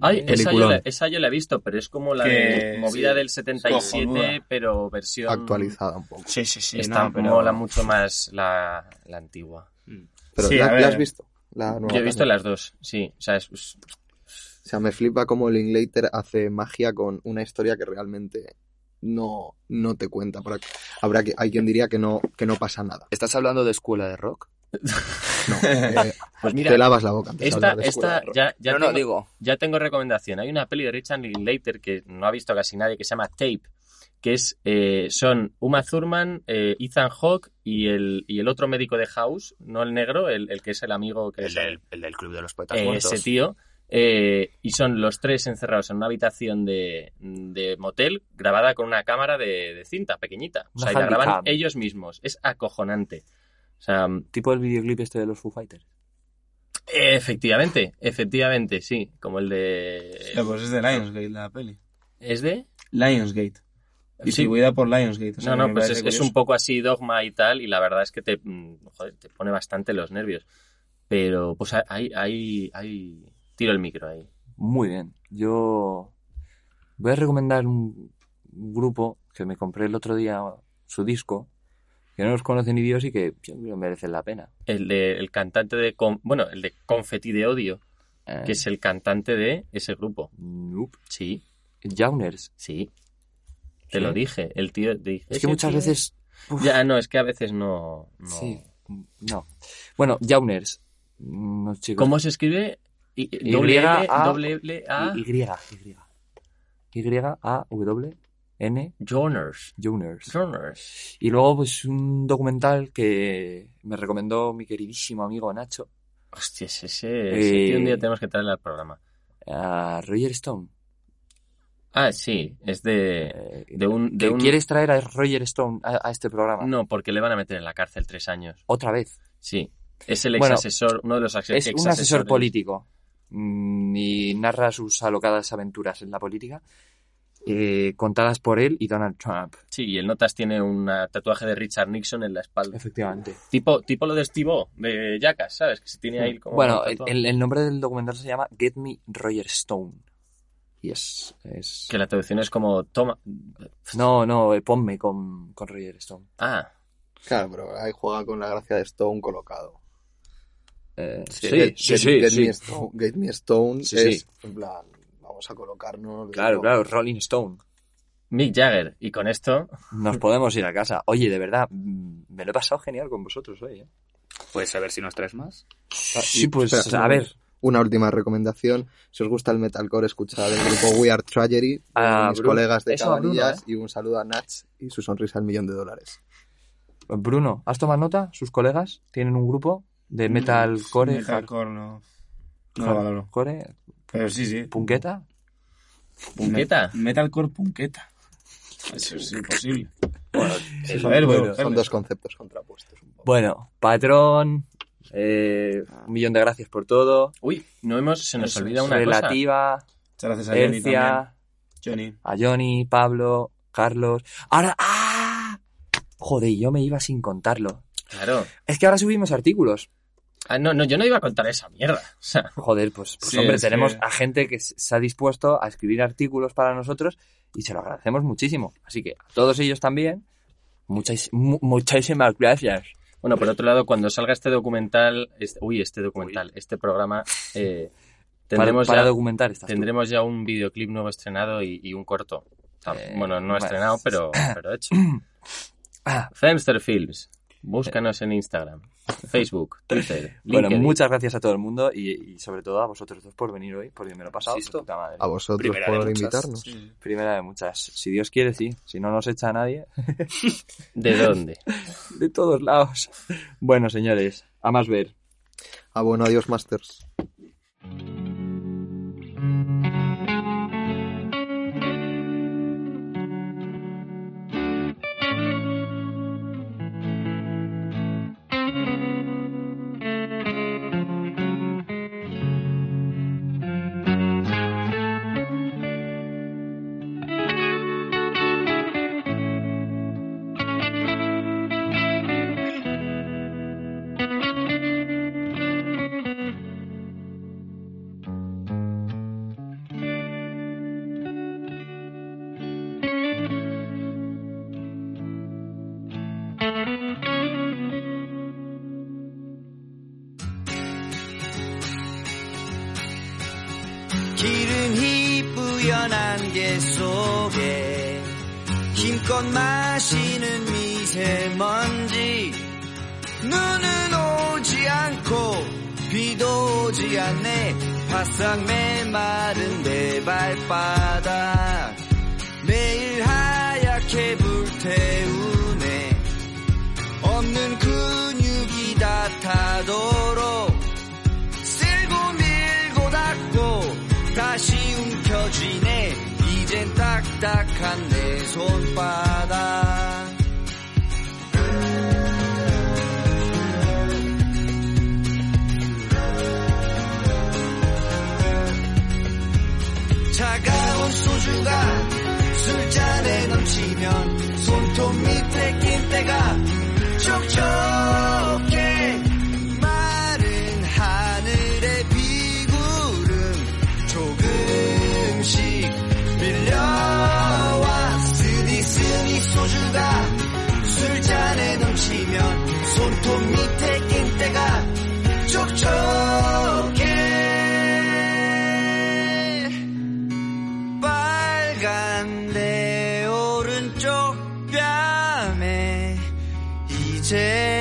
Speaker 3: Ay, esa yo,
Speaker 4: Peliculón.
Speaker 3: la, esa yo la he visto, pero es como la
Speaker 5: Que-
Speaker 3: de movida
Speaker 5: sí,
Speaker 3: del 77,
Speaker 5: cojonuda.
Speaker 3: pero versión.
Speaker 4: Actualizada un poco.
Speaker 5: Sí, sí, sí.
Speaker 3: Está,
Speaker 5: no, pero-
Speaker 3: Mola mucho más la, la antigua.
Speaker 4: Pero
Speaker 5: Sí,
Speaker 4: ¿la,
Speaker 5: a
Speaker 4: la
Speaker 5: ver.
Speaker 4: has visto? La nueva
Speaker 3: Yo he visto
Speaker 4: también.
Speaker 3: las dos, sí. O sea, es- es- pues
Speaker 4: O sea, me flipa cómo Linklater hace magia con una historia que realmente no, no te cuenta. Por aquí. Habrá que, hay quien diría que no, que no pasa nada.
Speaker 2: ¿Estás hablando de escuela de rock?
Speaker 3: *laughs*
Speaker 4: No, eh,
Speaker 3: pues
Speaker 4: te
Speaker 3: mira,
Speaker 4: lavas la boca antes de
Speaker 3: esta,
Speaker 4: hablar de escuela
Speaker 3: esta
Speaker 4: de rock.
Speaker 3: ya, ya,
Speaker 2: no,
Speaker 3: tengo,
Speaker 2: no, digo.
Speaker 3: ya tengo recomendación. Hay una peli de Richard Linklater que no ha visto casi nadie, que se llama Tape, que es eh, son Uma Thurman, eh, Ethan Hawke y el, y el otro médico de House, no el negro, el, el que es el amigo que
Speaker 2: El
Speaker 3: es
Speaker 2: del, el del Club de los Poetas
Speaker 3: eh,
Speaker 2: Muertos.
Speaker 3: ese tío. eh, y son los tres encerrados en una habitación de, de motel grabada con una cámara de, de cinta pequeñita. O
Speaker 1: Una
Speaker 3: sea, y la graban
Speaker 1: handycam.
Speaker 3: ellos mismos. Es acojonante. O sea,
Speaker 1: Tipo el videoclip este de los Foo Fighters.
Speaker 3: efectivamente, efectivamente, sí. Como el
Speaker 5: Eh,
Speaker 3: de.
Speaker 5: pues es de Lionsgate la peli.
Speaker 3: ¿Es de?
Speaker 5: Lionsgate.
Speaker 3: Sí.
Speaker 5: Distribuida por Lionsgate. o sea,
Speaker 3: No,
Speaker 5: que
Speaker 3: no,
Speaker 5: me
Speaker 3: pues es,
Speaker 5: parece
Speaker 3: es un
Speaker 5: curioso.
Speaker 3: poco así dogma y tal, y la verdad es que te, mm, joder, te pone bastante los nervios. Pero, pues ahí, ahí, ahí. Tiro el micro ahí.
Speaker 1: Muy bien. Yo voy a recomendar un grupo que me compré el otro día su disco, que no los conocen ni Dios y que yo creo que merecen la pena.
Speaker 3: El, de, el cantante de. con- bueno, el de Confeti de Odio.
Speaker 1: Eh,
Speaker 3: que es el cantante de ese grupo.
Speaker 1: nope.
Speaker 3: Sí,
Speaker 1: Jauners.
Speaker 3: sí. Te
Speaker 1: ¿Sí?
Speaker 3: lo dije, el tío dije,
Speaker 1: Es
Speaker 3: ese
Speaker 1: que muchas
Speaker 3: tío-
Speaker 1: veces... Uf.
Speaker 3: Ya, no, es que a veces no... no.
Speaker 1: Sí, no. Bueno, Jauners. Unos chicos
Speaker 3: ¿Cómo se escribe? Y,
Speaker 1: Y,
Speaker 3: doble L,
Speaker 1: A,
Speaker 3: doble L, A,
Speaker 1: Y, y, y. Y, A, W, N,
Speaker 3: Joners.
Speaker 1: Joners.
Speaker 3: Joners.
Speaker 1: Y luego, pues, un documental que me recomendó mi queridísimo amigo Nacho,
Speaker 3: Hostia, ese, ese tío un día
Speaker 1: Eh.
Speaker 3: tenemos que traerle al programa.
Speaker 1: a Roger Stone.
Speaker 3: Ah, sí, es de...
Speaker 1: Eh,
Speaker 3: de un- de
Speaker 1: que
Speaker 3: un-
Speaker 1: ¿Quieres traer a Roger Stone a, a este programa?
Speaker 3: No, porque le van a meter en la cárcel tres años.
Speaker 1: Otra vez.
Speaker 3: Sí. Es el ex
Speaker 1: Bueno,
Speaker 3: asesor, uno de los ex
Speaker 1: Es
Speaker 3: ex
Speaker 1: un asesor
Speaker 3: asesores.
Speaker 1: político mm, y narra sus alocadas aventuras en la política, eh, contadas por él y Donald Trump.
Speaker 3: Sí, y el Notas tiene un tatuaje de Richard Nixon en la espalda.
Speaker 1: Efectivamente.
Speaker 3: Tipo, tipo lo de Steve O, de Jackass, ¿sabes? Que se tiene ahí como.
Speaker 1: Bueno,
Speaker 3: tatuado.
Speaker 1: el, el nombre del documental se llama Get Me Roger Stone. Y es. es-
Speaker 3: Que la traducción es como toma.
Speaker 1: No, no, eh, ponme con, con Roger Stone.
Speaker 3: Ah,
Speaker 4: Claro, pero ahí juega con la gracia de Stone colocado.
Speaker 1: Eh,
Speaker 4: Get-
Speaker 1: sí, sí,
Speaker 4: Get-
Speaker 1: sí.
Speaker 4: Get
Speaker 1: sí.
Speaker 4: Me Stone, Get Me Stone
Speaker 1: Sí,
Speaker 4: es,
Speaker 1: sí.
Speaker 4: en plan, vamos a colocarnos...
Speaker 1: Claro,
Speaker 4: lo-
Speaker 1: claro, Rolling Stone.
Speaker 3: Mick Jagger. Y con esto,
Speaker 1: Nos podemos ir a casa. Oye, de verdad, mm, me lo he pasado genial con vosotros hoy. ¿eh?
Speaker 2: Puedes saber si nos traes más.
Speaker 1: Sí, pues,
Speaker 4: espera,
Speaker 1: a ver.
Speaker 4: Una última recomendación. Si os gusta el metalcore, escuchad el grupo We Are Tragedy,
Speaker 1: Ah,
Speaker 4: a mis
Speaker 1: Bruno.
Speaker 4: colegas de
Speaker 1: Eso a Bruno,
Speaker 3: ¿eh?
Speaker 4: Cabanillas, y un saludo a Nats y su sonrisa al millón de dólares.
Speaker 1: Bruno, ¿has tomado nota? ¿Sus colegas tienen un grupo de metalcore?
Speaker 5: Metalcore no. No
Speaker 1: hard-
Speaker 5: lo valoro.
Speaker 1: hardcore,
Speaker 5: Pero sí, sí.
Speaker 1: ¿Punqueta?
Speaker 3: Punqueta.
Speaker 5: Me- Metalcore punqueta. Eso es imposible.
Speaker 4: Sí,
Speaker 5: joder,
Speaker 4: son,
Speaker 5: bueno,
Speaker 4: son
Speaker 5: joder.
Speaker 4: dos conceptos contrapuestos. un poco.
Speaker 1: Bueno, patrón, eh, un millón de gracias por todo.
Speaker 3: Uy, no hemos, se nos
Speaker 5: Eso
Speaker 3: olvida
Speaker 5: es
Speaker 3: una cosa.
Speaker 1: Relativa,
Speaker 5: Muchas gracias a Johnny también.
Speaker 1: Hercia,
Speaker 5: Johnny.
Speaker 1: a Johnny, Pablo, Carlos. Ahora, ¡ah! Joder, yo me iba sin contarlo.
Speaker 3: Claro.
Speaker 1: Es que ahora subimos artículos.
Speaker 3: Ah, no, no, yo no iba a contar esa mierda. *laughs* O sea,
Speaker 1: Joder, pues, pues
Speaker 5: Sí,
Speaker 1: hombre,
Speaker 5: es que-
Speaker 1: tenemos a gente que s- se ha dispuesto a escribir artículos para nosotros y se lo agradecemos muchísimo. Así que a todos ellos también, muchas, mu- muchísimas gracias.
Speaker 3: bueno,
Speaker 1: Eh,
Speaker 3: por otro lado, cuando salga este documental, este- uy, este documental,
Speaker 1: *laughs*
Speaker 3: este programa, eh,
Speaker 1: Para-
Speaker 3: tendremos
Speaker 1: para,
Speaker 3: ya-
Speaker 1: documentar estas
Speaker 3: Tendremos ya un videoclip nuevo estrenado y, y un corto. Tam-
Speaker 1: Eh,
Speaker 3: bueno, no
Speaker 1: bueno.
Speaker 3: estrenado,
Speaker 1: *coughs*
Speaker 3: pero, pero hecho.
Speaker 1: Ah.
Speaker 3: Femster Films. Búscanos en
Speaker 1: *laughs*
Speaker 3: Instagram, Facebook, Twitter,
Speaker 1: Bueno,
Speaker 3: LinkedIn.
Speaker 1: muchas gracias a todo el mundo y, y sobre todo a vosotros dos por venir hoy, porque me lo he pasado de
Speaker 2: Insisto.
Speaker 1: puta madre.
Speaker 4: A vosotros
Speaker 2: Primera de
Speaker 4: por
Speaker 2: muchas.
Speaker 4: invitarnos.
Speaker 1: Primera de muchas. Si Dios quiere, sí. Si no nos echa a nadie, *laughs*
Speaker 3: ¿De dónde?
Speaker 1: de todos lados. Bueno, señores, a más ver.
Speaker 4: Ah, bueno, adiós, Masters.
Speaker 6: 기름이 뿌연한 게 속에 힘껏 마시는 미세먼지 눈은 오지 않고 비도 오지 않네 바싹 메마른 내 발바닥 매일 하얗게 불태우네 없는 근육이 다 타도록 쓸고 밀고 닦고 다시 움켜쥐네 이젠 딱딱한 내 손바닥 차가운 소주가 술잔에 넘치면 손톱 밑에 낀 때가 촉촉해 마른 하늘의 비구름 조금씩 밀려와 스니 스니 소주가 술잔에 넘치면 손톱 밑에 낀 때가 촉촉해 빨간 내 오른쪽 뺨에 이제